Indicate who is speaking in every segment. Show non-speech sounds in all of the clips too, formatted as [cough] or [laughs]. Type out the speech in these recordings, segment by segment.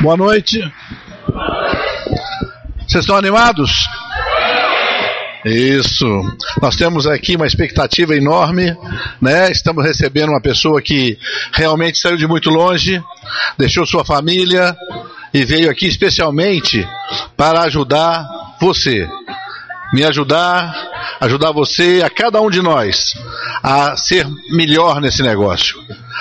Speaker 1: Boa noite. Vocês estão animados? Isso. Nós temos aqui uma expectativa enorme, né? Estamos recebendo uma pessoa que realmente saiu de muito longe, deixou sua família e veio aqui especialmente para ajudar você. Me ajudar, ajudar você, a cada um de nós, a ser melhor nesse negócio,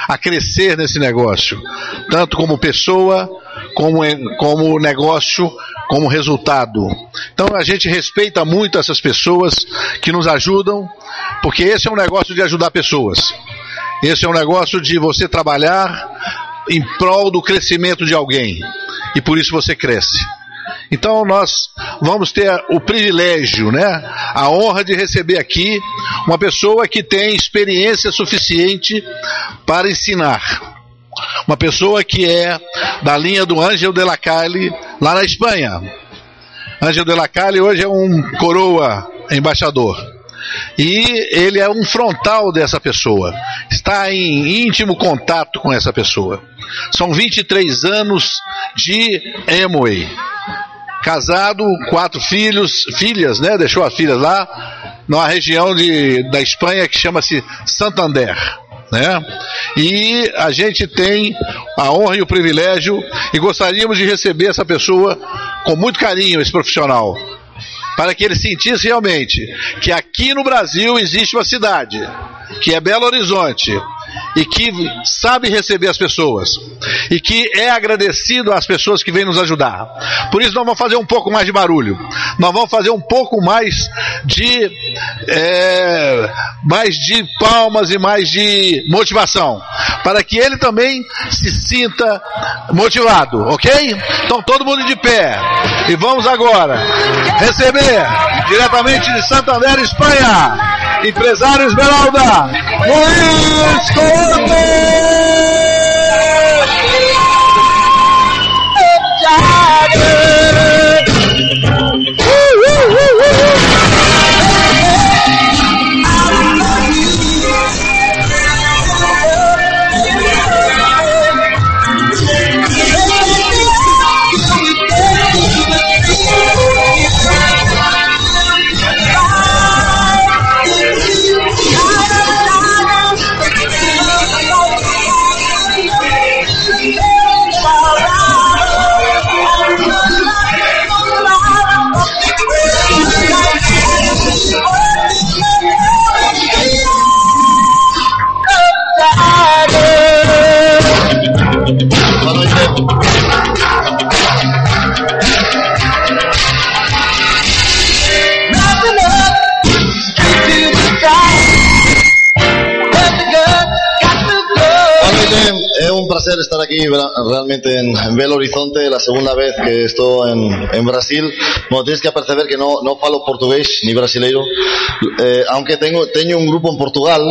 Speaker 1: a crescer nesse negócio, tanto como pessoa, como, como negócio, como resultado. Então a gente respeita muito essas pessoas que nos ajudam, porque esse é um negócio de ajudar pessoas. Esse é um negócio de você trabalhar em prol do crescimento de alguém. E por isso você cresce. Então nós vamos ter o privilégio, né, a honra de receber aqui uma pessoa que tem experiência suficiente para ensinar uma pessoa que é da linha do Ángel de la Calle, lá na Espanha. Ángel de la Calle hoje é um coroa embaixador. E ele é um frontal dessa pessoa, está em íntimo contato com essa pessoa. São 23 anos de Emway. Casado, quatro filhos, filhas, né? Deixou as filhas lá, numa região de, da Espanha que chama-se Santander né? E a gente tem a honra e o privilégio e gostaríamos de receber essa pessoa com muito carinho, esse profissional, para que ele sentisse realmente que aqui no Brasil existe uma cidade que é Belo Horizonte e que sabe receber as pessoas e que é agradecido às pessoas que vêm nos ajudar. Por isso nós vamos fazer um pouco mais de barulho, nós vamos fazer um pouco mais de é, mais de palmas e mais de motivação para que ele também se sinta motivado, ok? Então todo mundo de pé e vamos agora receber diretamente de Santander, Espanha. Empresário Esmeralda, Luiz Cortes!
Speaker 2: placer estar aquí realmente en Belo Horizonte, la segunda vez que estoy en, en Brasil. Bueno, tienes que perceber que no, no falo portugués ni brasileiro, eh, aunque tengo, tengo un grupo en Portugal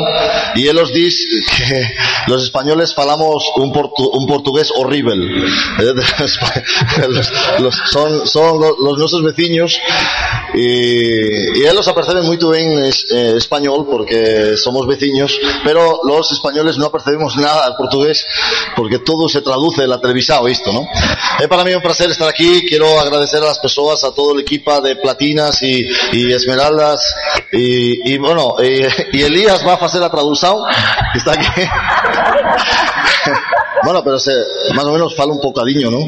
Speaker 2: y ellos dicen que los españoles falamos un, portu, un portugués horrible. Eh, [laughs] los, los, son, son los, los, nuestros vecinos y, y ellos aperceben muy bien es, eh, español porque somos vecinos, pero los españoles no apercebemos nada al portugués porque todo se traduce en la televisao esto, ¿no? Es para mí un placer estar aquí, quiero agradecer a las personas, a todo el equipo de Platinas y, y Esmeraldas y, y bueno, eh, [laughs] y, y, Elías va a hacer la traducción, está aquí. Bueno, pero se, más o menos fala un bocadillo, ¿no?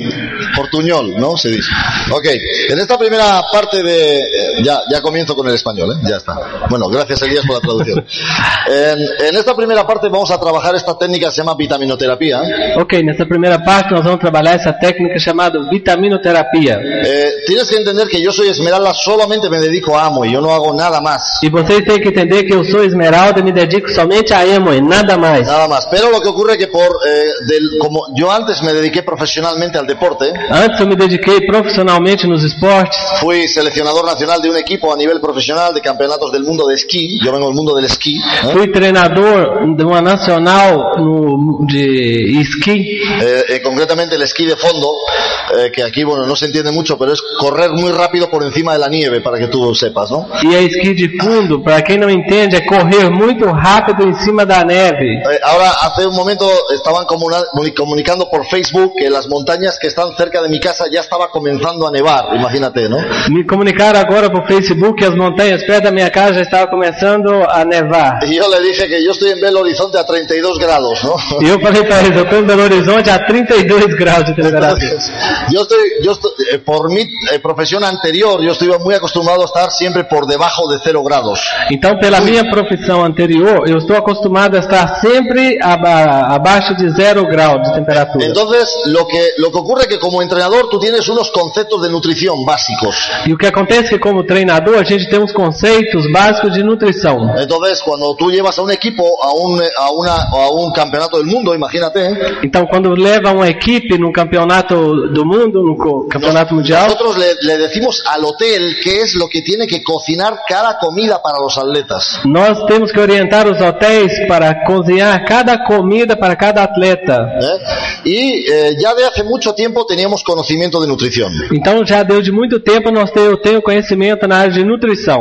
Speaker 2: Portuñol, ¿no? Se dice. Ok, en esta primera parte de... Eh, ya, ya comienzo con el español, ¿eh? Ya está. Bueno, gracias Elías por la traducción. En, en esta primera parte vamos a trabajar esta técnica que se llama vitaminoterapia.
Speaker 3: Ok, nesta primeira parte nós vamos trabalhar essa técnica chamada vitaminoterapia.
Speaker 2: Eh, tienes que entender que yo soy Esmeralda, solamente me dedico a amo y yo no hago nada más.
Speaker 3: E vocês têm que entender que eu sou Esmeralda e me dedico somente a emo e nada mais.
Speaker 2: Nada más. Pero lo que ocurre es que por eh, del, como yo antes me dediqué profesionalmente al deporte.
Speaker 3: Antes eu me dediquei profissionalmente nos esportes.
Speaker 2: Fui seleccionador nacional de un equipo a nivel profesional de campeonatos del mundo de esquí. Yo vengo del mundo del esquí. ¿eh?
Speaker 3: Fui treinador de uma nacional no- de esqui.
Speaker 2: Eh, eh, concretamente el esquí de fondo, eh, que aquí bueno no se entiende mucho, pero es correr muy rápido por encima de la nieve, para que tú sepas, ¿no?
Speaker 3: E é esqui de fundo, para quem não entende, é correr muito rápido em cima da neve.
Speaker 2: Eh, ahora, hace un momento estaban comuna- comuni- comunicando por Facebook que las montañas que están cerca de mi casa ya estaba comenzando a nevar, imagínate, ¿no?
Speaker 3: Me comunicaram agora por Facebook que as montanhas perto da minha casa já estavam começando a nevar.
Speaker 2: Y yo le dije que yo estoy en Belo Horizonte a 32 grados, ¿no?
Speaker 3: E eu falei para eles, eu estou em Belo Horizonte a 32 graus de temperatura.
Speaker 2: Entonces, yo estoy, yo estoy- eh, por mi eh, profesión anterior, yo estuve muy acostumbrado a estar siempre por debajo de cero grados.
Speaker 3: Então, pela minha profissão anterior, eu estou acostumado a estar sempre aba- abaixo de zero grau de temperatura.
Speaker 2: Entonces, lo que, lo que ocurre es que como entrenador tú tienes unos conceptos de nutrición básicos.
Speaker 3: E o que acontece é que, como treinador, a gente tem uns conceitos básicos de nutrição.
Speaker 2: Entonces, cuando tú llevas a un equipo a un, eh, a una, a un campeonato del mundo, imagínate, ¿eh?
Speaker 3: Então, quando leva uma equipe num campeonato do mundo, no co- campeonato mundial,
Speaker 2: Nosotros le, le decimos al hotel qué es lo que tiene que cocinar cada comida para los atletas.
Speaker 3: nós temos que orientar os hotéis para cozinhar cada comida para cada atleta.
Speaker 2: ¿eh? Y eh, ya de hace mucho tiempo teníamos conocimiento de nutrición.
Speaker 3: Então, já deu de muito tempo nós te- eu tenho conhecimento na área de nutrição.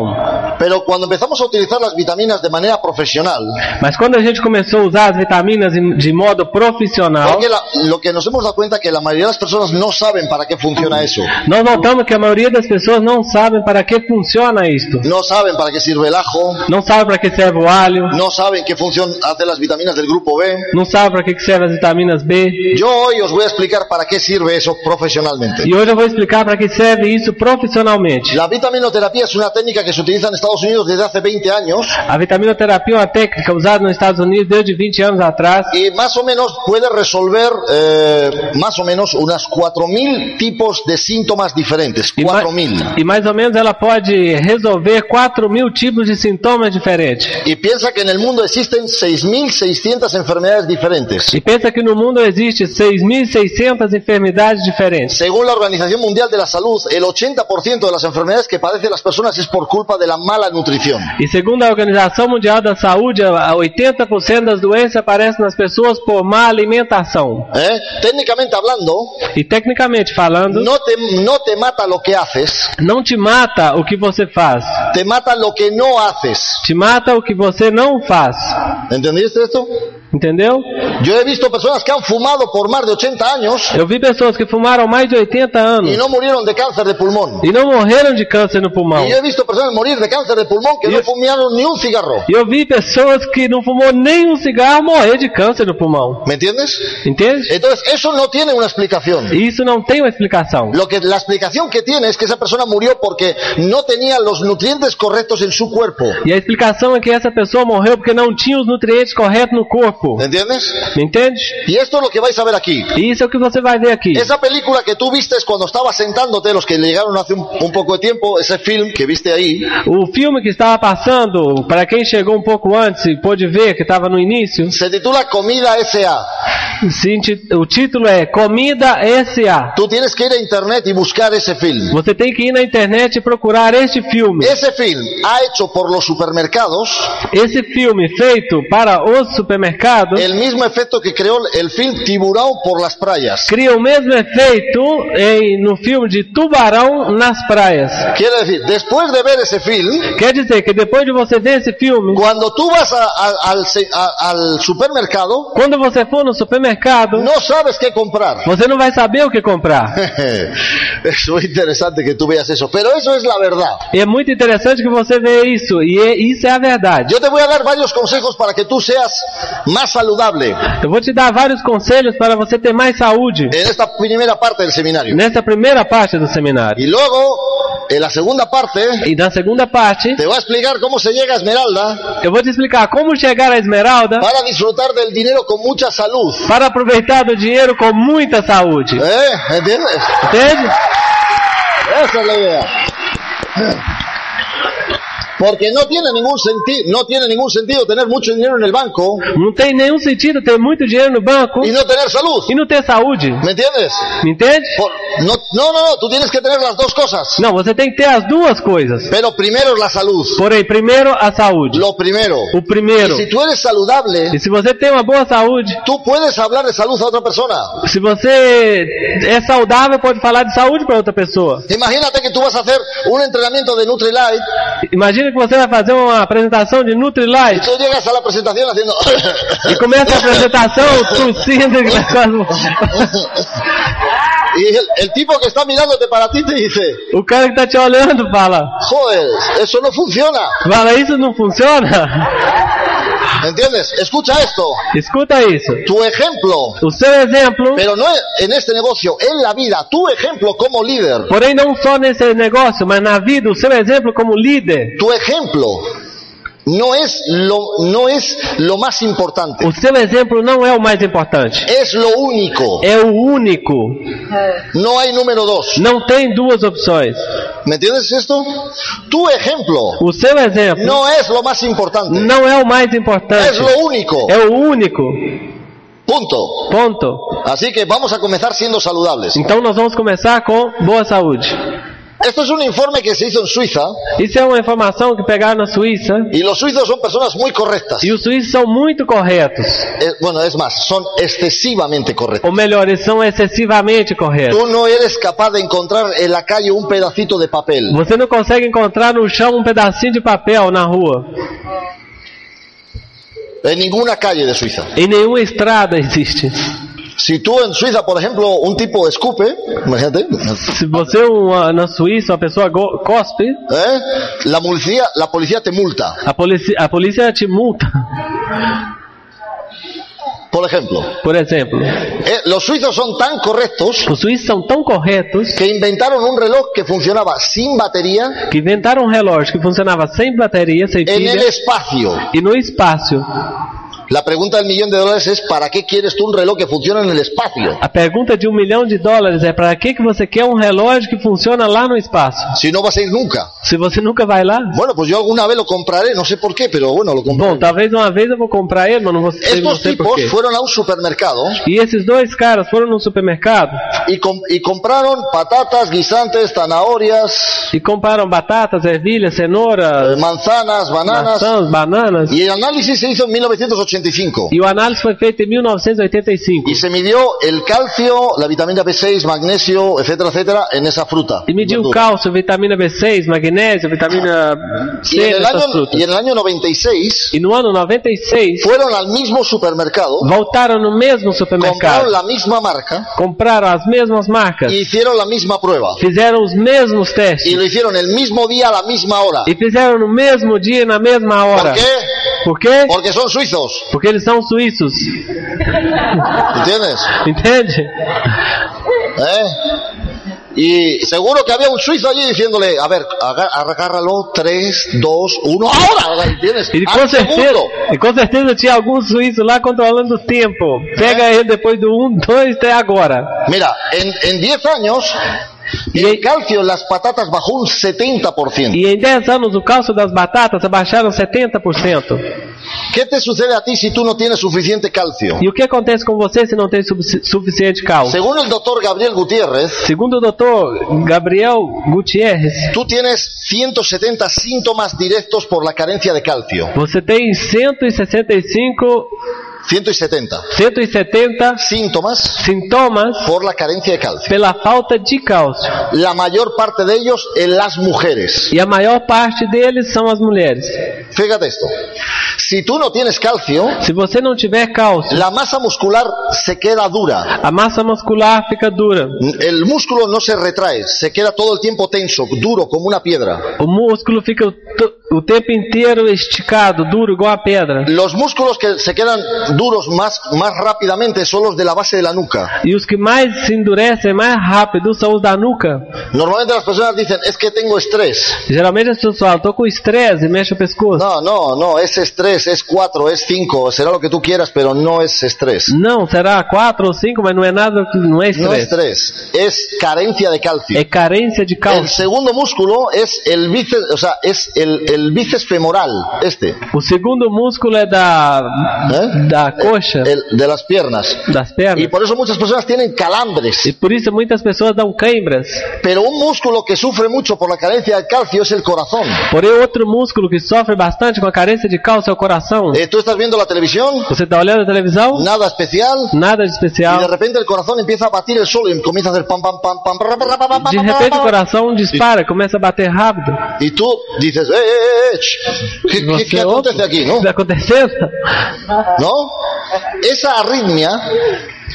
Speaker 2: Pero cuando empezamos a utilizar las vitaminas de manera profesional,
Speaker 3: Mas quando a gente começou a usar as vitaminas em- de modo profissional,
Speaker 2: porque la- lo que nos hemos dado cuenta que la mayoría de las personas no saben para qué funciona eso.
Speaker 3: Nós notamos que a maioria das pessoas não sabem para que funciona isto.
Speaker 2: No saben para qué sirve el ajo,
Speaker 3: Não sabe para que serve o alho,
Speaker 2: no saben qué función hacen las vitaminas del grupo B.
Speaker 3: não sabe para que que serve as vitaminas B.
Speaker 2: Yo hoy os voy a explicar para qué sirve eso profesionalmente.
Speaker 3: E hoje eu vou explicar para que serve isso profissionalmente.
Speaker 2: La vitaminoterapia es una técnica que se utiliza en Estados Unidos desde hace 20 años
Speaker 3: A vitaminoterapia é uma técnica usada nos Estados Unidos desde 20 anos atrás
Speaker 2: y más o menos puede resolver eh, más o menos unas 4.000 tipos de síntomas diferentes.
Speaker 3: e, ma-
Speaker 2: 4.000.
Speaker 3: e mais ou menos ela pode resolver 4 mil tipos de sintomas diferentes.
Speaker 2: Y piensa que en el mundo existen 6.600 enfermedades diferentes.
Speaker 3: E pensa que no mundo existe 6.600 enfermidades diferentes.
Speaker 2: Según la Organización Mundial de la Salud, el 80% de las enfermedades que padecen las personas es por culpa de la mala nutrición.
Speaker 3: E segundo a Organização Mundial da Saúde, a- a 80% das doenças aparecem nas pessoas por má alimentação.
Speaker 2: ¿eh? Técnicamente hablando,
Speaker 3: E tecnicamente falando,
Speaker 2: no te, no te mata lo que haces,
Speaker 3: não te mata o que você faz,
Speaker 2: te mata lo que no haces.
Speaker 3: te mata o que você não faz.
Speaker 2: ¿Entendiste esto?
Speaker 3: Entendeu?
Speaker 2: Yo he visto personas que han fumado por más de 80 años
Speaker 3: Eu vi pessoas que fumaram mais de 80
Speaker 2: y
Speaker 3: anos
Speaker 2: no murieron de cáncer de pulmón.
Speaker 3: e não morreram de câncer no pulmão.
Speaker 2: Y yo he visto personas morir de cáncer de pulmón que
Speaker 3: Y-
Speaker 2: no fumaron ni un cigarro.
Speaker 3: E eu vi pessoas que não fumou nem um cigarro morrer de câncer no pulmão.
Speaker 2: ¿Me entiendes?
Speaker 3: Entende?
Speaker 2: Entonces, eso no tiene una explicación.
Speaker 3: E Isso não tem uma explicação.
Speaker 2: Lo que, la explicación que tiene es que esa persona murió porque no tenía los nutrientes correctos en su cuerpo.
Speaker 3: E a explicação é que essa pessoa morreu porque não tinha os nutrientes corretos no corpo.
Speaker 2: ¿Me entiendes?
Speaker 3: Me entende?
Speaker 2: Y esto es lo que vais a ver aquí.
Speaker 3: E Isso é o que você vai ver aqui.
Speaker 2: Esa película que tú vistes cuando estabas sentándote, los que llegaron hace un, un poco de tiempo, ese film que viste ahí,
Speaker 3: O filme que estava passando, para quem chegou um pouco antes e pôde ver que estava no início,
Speaker 2: se titula Comida S.A.
Speaker 3: se inti- o título é Comida S.A.
Speaker 2: Tú tienes que ir a internet y buscar ese film.
Speaker 3: Você tem que ir na internet e procurar este filme.
Speaker 2: Ese film ha hecho por los supermercados
Speaker 3: Esse filme feito para os supermercados
Speaker 2: el mismo efecto que creó el film Tiburón por las playas.
Speaker 3: cria o mesmo efeito em- no filme de Tubarão nas praias.
Speaker 2: Quiere decir, después de ver ese film,
Speaker 3: Quer dizer que depois de você ver ese filme,
Speaker 2: Cuando tú vas a- a- al, se- a- al supermercado,
Speaker 3: quando você for no supermercado,
Speaker 2: no sabes qué comprar. [laughs]
Speaker 3: você não vai saber o que comprar.
Speaker 2: es muy interesante que tú veas eso, pero eso es la verdad.
Speaker 3: E é muito interessante que você veja isso, e é- isso é a verdade.
Speaker 2: Yo te voy a dar varios consejos para que tú seas más saludable
Speaker 3: Eu vou te dar vários conselhos para você ter mais saúde
Speaker 2: en esta primera parte del seminario.
Speaker 3: nessa primeira parte do seminário.
Speaker 2: Y luego, en la segunda parte,
Speaker 3: E na segunda parte,
Speaker 2: te voy a explicar cómo se llega a Esmeralda
Speaker 3: eu vou te explicar como chegar à esmeralda
Speaker 2: para disfrutar del dinero con mucha salud.
Speaker 3: para aproveitar do dinheiro com muita saúde.
Speaker 2: ¿Eh? ¿Entiendes?
Speaker 3: Entende?
Speaker 2: Esa es la idea. Porque no tiene ningún sentido, no tiene ningún sentido tener mucho dinero en el banco
Speaker 3: Não tem nenhum sentido ter muito dinheiro no banco
Speaker 2: y no tener salud.
Speaker 3: e não ter saúde.
Speaker 2: ¿Me entiendes?
Speaker 3: Me entende?
Speaker 2: Por- no, no, no, no, tú tienes que tener las dos cosas.
Speaker 3: Não, você tem que ter as duas coisas.
Speaker 2: Pero primero la salud.
Speaker 3: Porém, primeiro a saúde.
Speaker 2: Lo primero.
Speaker 3: O primeiro.
Speaker 2: Si tú eres saludable,
Speaker 3: E se você tem uma boa saúde,
Speaker 2: tú puedes hablar de salud a otra persona.
Speaker 3: se você é saudável, pode falar de saúde para outra pessoa.
Speaker 2: Imagínate que tú vas a hacer un entrenamiento de Nutrilite
Speaker 3: Imagina que você vai fazer uma apresentação de
Speaker 2: y
Speaker 3: Nutrilite
Speaker 2: tú llegas a la presentación haciendo...
Speaker 3: e
Speaker 2: [coughs]
Speaker 3: começa a apresentação tossindo. e negócio.
Speaker 2: y el, el tipo que está mirándote para ti te dice,
Speaker 3: O cara que tá te olhando fala,
Speaker 2: joder, eso no funciona.
Speaker 3: fala, isso não funciona?
Speaker 2: ¿Entiendes? Escucha esto.
Speaker 3: Escuta isso.
Speaker 2: Tu ejemplo,
Speaker 3: O seu exemplo,
Speaker 2: pero no en este negocio, en la vida, tu ejemplo como líder,
Speaker 3: porém não só nesse negócio, mas na vida, o seu exemplo como líder,
Speaker 2: tu ejemplo no es lo, no es lo más importante,
Speaker 3: o seu exemplo não é o mais importante.
Speaker 2: es lo único.
Speaker 3: É o único.
Speaker 2: No hay número dos.
Speaker 3: Não tem duas opções.
Speaker 2: ¿Me entiendes esto? Tu ejemplo
Speaker 3: O seu exemplo
Speaker 2: no es lo más importante,
Speaker 3: não é o mais
Speaker 2: es
Speaker 3: importante.
Speaker 2: lo único.
Speaker 3: É o único.
Speaker 2: Punto.
Speaker 3: Ponto.
Speaker 2: Así que vamos a comenzar siendo saludables.
Speaker 3: Então nós vamos começar com boa saúde.
Speaker 2: Esto es un informe que se hizo en Suiza
Speaker 3: Isso é uma informação que pegaram na Suíça.
Speaker 2: y los suizos son personas muy correctas.
Speaker 3: E os suíços são muito corretos.
Speaker 2: Eh, bueno, es más, son excesivamente correctas.
Speaker 3: Ou melhor, eles são excessivamente corretos.
Speaker 2: Tú no eres capaz de encontrar en la calle un pedacito de papel.
Speaker 3: Você não consegue encontrar no chão um pedacinho de papel na rua.
Speaker 2: En ninguna calle de Suiza.
Speaker 3: Em nenhuma estrada existe.
Speaker 2: Si tú en Suiza, por ejemplo, un tipo escupe, imagínate,
Speaker 3: Se você uma- na Suíça, uma pessoa go- cospe,
Speaker 2: ¿eh? la, policía, la policía te multa,
Speaker 3: a polícia, a polícia te multa,
Speaker 2: por ejemplo.
Speaker 3: por exemplo.
Speaker 2: Eh, Los suizos son tan correctos
Speaker 3: Os suíços são tão corretos
Speaker 2: que inventaron un reloj que funcionaba sin batería
Speaker 3: que inventaram um relógio que funcionava sem bateria, sem
Speaker 2: en el
Speaker 3: pilha
Speaker 2: espacio.
Speaker 3: e no espaço.
Speaker 2: La pregunta del millón de dólares es, ¿para qué quieres tú un reloj que funciona en el espacio?
Speaker 3: A pergunta de um milhão de dólares é para que, que você quer um relógio que funciona lá no espaço?
Speaker 2: Si no vas a ir nunca.
Speaker 3: Se você nunca vai lá?
Speaker 2: Bueno, pues yo alguna vez lo compraré, no sé por qué, pero bueno, lo compraré.
Speaker 3: Bom, talvez uma vez eu vou comprar ele, mas não vou sei, não
Speaker 2: Estos
Speaker 3: sei por
Speaker 2: tipos
Speaker 3: quê.
Speaker 2: fueron a un supermercado
Speaker 3: E esses dois caras foram no supermercado
Speaker 2: y, com- y compraron patatas, guisantes, zanahorias,
Speaker 3: e compraram batatas, ervilhas,
Speaker 2: eh,
Speaker 3: cenoura,
Speaker 2: manzanas, bananas.
Speaker 3: maçãs, bananas.
Speaker 2: Y el análisis se hizo en 1985.
Speaker 3: E o análise foi feito em 1985
Speaker 2: Y se midió el calcio, la vitamina B6, magnesio, etcétera, etcétera, en esa fruta.
Speaker 3: e mediu
Speaker 2: verdura.
Speaker 3: cálcio, vitamina B6, magnésio, vitamina
Speaker 2: Y
Speaker 3: C
Speaker 2: en, el
Speaker 3: dessas
Speaker 2: año, y
Speaker 3: frutas.
Speaker 2: en el año 96
Speaker 3: E no ano 96
Speaker 2: fueron al mismo supermercado,
Speaker 3: voltaram no mesmo supermercado,
Speaker 2: compraron la misma marca
Speaker 3: compraram as mesmas marcas,
Speaker 2: y hicieron la misma prueba.
Speaker 3: fizeram os mesmos
Speaker 2: Y
Speaker 3: testes
Speaker 2: lo hicieron el mismo día a la misma hora.
Speaker 3: e fizeram no mesmo dia, e na mesma
Speaker 2: ¿Por
Speaker 3: hora.
Speaker 2: qué?
Speaker 3: Por quê?
Speaker 2: Porque son suizos,
Speaker 3: Porque eles são suíços, [laughs]
Speaker 2: ¿entiendes?
Speaker 3: entende?
Speaker 2: ¿Eh? Y seguro que había un suizo allí diciéndole, a ver, aga- agárralo, 3, 2, 1, ahora, ¿entiendes?
Speaker 3: E
Speaker 2: Al
Speaker 3: com certeza,
Speaker 2: segundo.
Speaker 3: e com certeza tinha algum suíço lá controlando o tempo. Pega ele depois do 1, 2, até agora.
Speaker 2: Mira, en en 10 años,
Speaker 3: Y
Speaker 2: el
Speaker 3: hay-
Speaker 2: calcio en las patatas bajó un 70%.
Speaker 3: E em 10 anos o cálcio das batatas abaixaram 70%.
Speaker 2: ¿Qué te sucede a ti si tú no tienes suficiente calcio?
Speaker 3: E o que acontece com você se não tem sufici- suficiente cálcio?
Speaker 2: Según el doctor Gabriel Gutiérrez,
Speaker 3: Segundo o doutor Gabriel Gutierrez,
Speaker 2: tú tienes 170 síntomas directos por la carencia de calcio.
Speaker 3: você tem 165,
Speaker 2: 170
Speaker 3: 170
Speaker 2: síntomas
Speaker 3: sintomas
Speaker 2: por la carencia de calcio.
Speaker 3: pela falta de cálcio.
Speaker 2: La mayor parte de ellos en las mujeres.
Speaker 3: E a maior parte deles são as mulheres.
Speaker 2: Fíjate esto. Si tú no tienes calcio,
Speaker 3: Se você não tiver cálcio,
Speaker 2: la masa muscular se queda dura.
Speaker 3: a massa muscular fica dura.
Speaker 2: El músculo no se retrae, se queda todo el tiempo tenso, duro como una piedra.
Speaker 3: O músculo fica o, t- o tempo inteiro esticado, duro, igual a pedra.
Speaker 2: Los músculos que se quedan duros más, más rápidamente son los de la base de la nuca.
Speaker 3: E os que mais se endurecem mais rápido são os da nuca.
Speaker 2: Normalmente las personas dicen, es que tengo estrés.
Speaker 3: Geralmente as pessoas falam, tô com estresse e mexe o pescoço.
Speaker 2: No, no, no, es estrés, es cuatro, es cinco, será lo que tú quieras, pero no es estrés.
Speaker 3: Não, será quatro ou cinco, mas não é nada, que- não é
Speaker 2: No es
Speaker 3: estresse.
Speaker 2: estrés, es carencia de calcio.
Speaker 3: É carência de
Speaker 2: El
Speaker 3: cálcio.
Speaker 2: segundo músculo es el bíceps, o sea, es el, el bíceps femoral, este,
Speaker 3: O segundo músculo é da,
Speaker 2: ¿eh?
Speaker 3: da coxa,
Speaker 2: El- de las piernas.
Speaker 3: das
Speaker 2: Y
Speaker 3: pernas.
Speaker 2: por eso muchas personas tienen
Speaker 3: E
Speaker 2: calambres.
Speaker 3: por isso muitas pessoas dão cãibras.
Speaker 2: Pero un músculo que sufre mucho por la carencia de calcio es el corazón.
Speaker 3: Porém, outro músculo que sofre bastante com a carência de cálcio é o coração.
Speaker 2: Eh, tú estás viendo la televisión,
Speaker 3: Você tá olhando a televisão?
Speaker 2: nada especial,
Speaker 3: Nada de
Speaker 2: y de
Speaker 3: especial.
Speaker 2: repente el corazón empieza a batir el suelo y comienza a hacer pam pam pam pam. pam, pam, pam, pam, pam,
Speaker 3: De
Speaker 2: pam,
Speaker 3: repente
Speaker 2: pam.
Speaker 3: o coração dispara, começa a bater rápido.
Speaker 2: Y tú dices, "Eh, eh, eh, ch, ¿qué, qué- qué
Speaker 3: Você, opa,
Speaker 2: acontece aquí? ¿No?
Speaker 3: Tá acontecendo?
Speaker 2: ¿No? Esa arritmia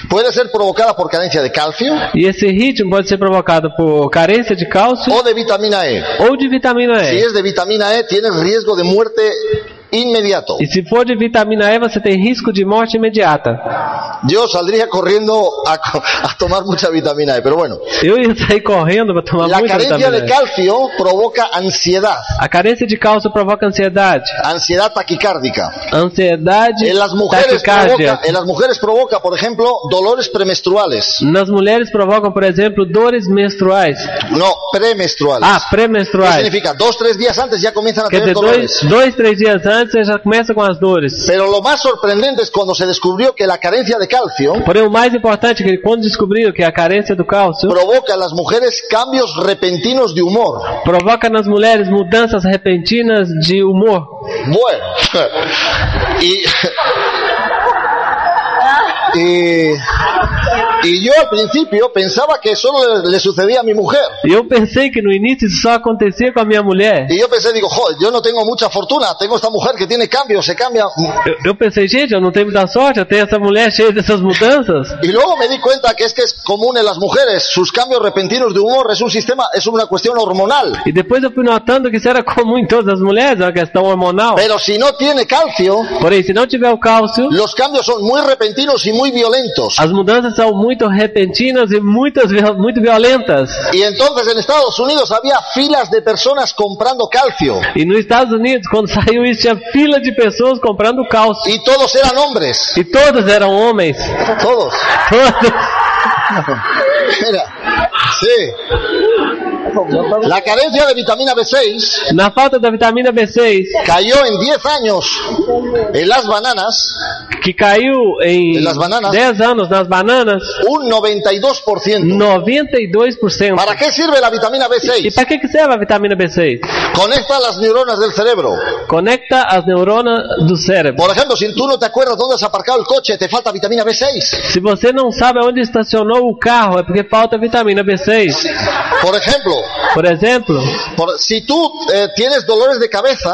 Speaker 2: puede ser provocada por carencia de calcio
Speaker 3: E esse ritmo pode ser provocado por carência de cálcio
Speaker 2: o de vitamina E.
Speaker 3: ou de vitamina
Speaker 2: Si
Speaker 3: E.
Speaker 2: es de vitamina E, tienes riesgo de muerte inmediato.
Speaker 3: E se for de vitamina E, você tem risco de morte imediata.
Speaker 2: Yo saldría corriendo a, co- a tomar mucha vitamina E, pero bueno.
Speaker 3: Eu ia sair correndo para tomar
Speaker 2: La
Speaker 3: muita
Speaker 2: carencia
Speaker 3: Ah, vitamina
Speaker 2: de
Speaker 3: E.
Speaker 2: calcio provoca ansiedad,
Speaker 3: A carência de cálcio provoca ansiedade.
Speaker 2: ansiedad taquicárdica.
Speaker 3: Ansiedade, tá
Speaker 2: En las mujeres
Speaker 3: taquicardia.
Speaker 2: provoca, en las mujeres provoca, por ejemplo, dolores premenstruales.
Speaker 3: Nas mulheres provocam, por exemplo, dores menstruais.
Speaker 2: No, premenstruales.
Speaker 3: Ah,
Speaker 2: ¿Qué
Speaker 3: pré-menstruais.
Speaker 2: significa? Dos, tres días antes ya comienzan a
Speaker 3: Quer
Speaker 2: tener
Speaker 3: dizer,
Speaker 2: dolores.
Speaker 3: dois, dois, três dias antes você já começa com as dores.
Speaker 2: Pero lo más sorprendente es cuando se descubrió que la carencia de calcio
Speaker 3: Porém, o mais importante é que quando descobriram que a carência do cálcio
Speaker 2: provoca en las mujeres cambios repentinos de humor.
Speaker 3: provoca nas mulheres mudanças repentinas de humor.
Speaker 2: Bueno, y, y, y yo al principio pensaba que solo le, le sucedía a mi mujer.
Speaker 3: E eu pensei que no início isso só acontecia com a minha mulher.
Speaker 2: Y yo pensé, digo, joder, yo no tengo mucha fortuna, tengo esta mujer que tiene cambios, se cambia.
Speaker 3: Eu, eu pensei, gente, eu não tenho muita sorte, eu tenho essa mulher cheia dessas mudanças.
Speaker 2: Y luego me di cuenta que es que es común en las mujeres, sus cambios repentinos de humor es un sistema, es una cuestión hormonal.
Speaker 3: E depois eu fui notando que isso era comum em todas as mulheres, é uma questão hormonal.
Speaker 2: Pero si no tiene calcio,
Speaker 3: Porém, se não tiver o cálcio,
Speaker 2: los cambios son muy repentinos y muy violentos.
Speaker 3: as mudanças são muito repentinas e muitas, vi- muito violentas.
Speaker 2: Y entonces en Estados Unidos había filas de personas comprando calcio.
Speaker 3: E nos Estados Unidos, quando [laughs] saiu isso, tinha fila de pessoas comprando cálcio.
Speaker 2: Y todos eran hombres.
Speaker 3: E todos eram homens. [laughs]
Speaker 2: Todos.
Speaker 3: Todos.
Speaker 2: Mira. Sí. La carencia de vitamina B6
Speaker 3: Na falta da vitamina B6,
Speaker 2: cayó en 10 años en las bananas
Speaker 3: que caiu em
Speaker 2: Nas bananas?
Speaker 3: 10 anos nas bananas,
Speaker 2: un 92%.
Speaker 3: 92%.
Speaker 2: ¿Para qué sirve la vitamina
Speaker 3: E
Speaker 2: B6?
Speaker 3: para que, que serve a vitamina B6?
Speaker 2: Conecta las neuronas del cerebro.
Speaker 3: Conecta as neuronas do cérebro.
Speaker 2: Por ejemplo, si tú no te acuerdas dónde has aparcado el coche, te falta vitamina B6.
Speaker 3: Se você não sabe onde estacionou o carro, é porque falta vitamina B6.
Speaker 2: Por ejemplo,
Speaker 3: Por exemplo,
Speaker 2: por- si tú eh, tienes dolores de cabeza,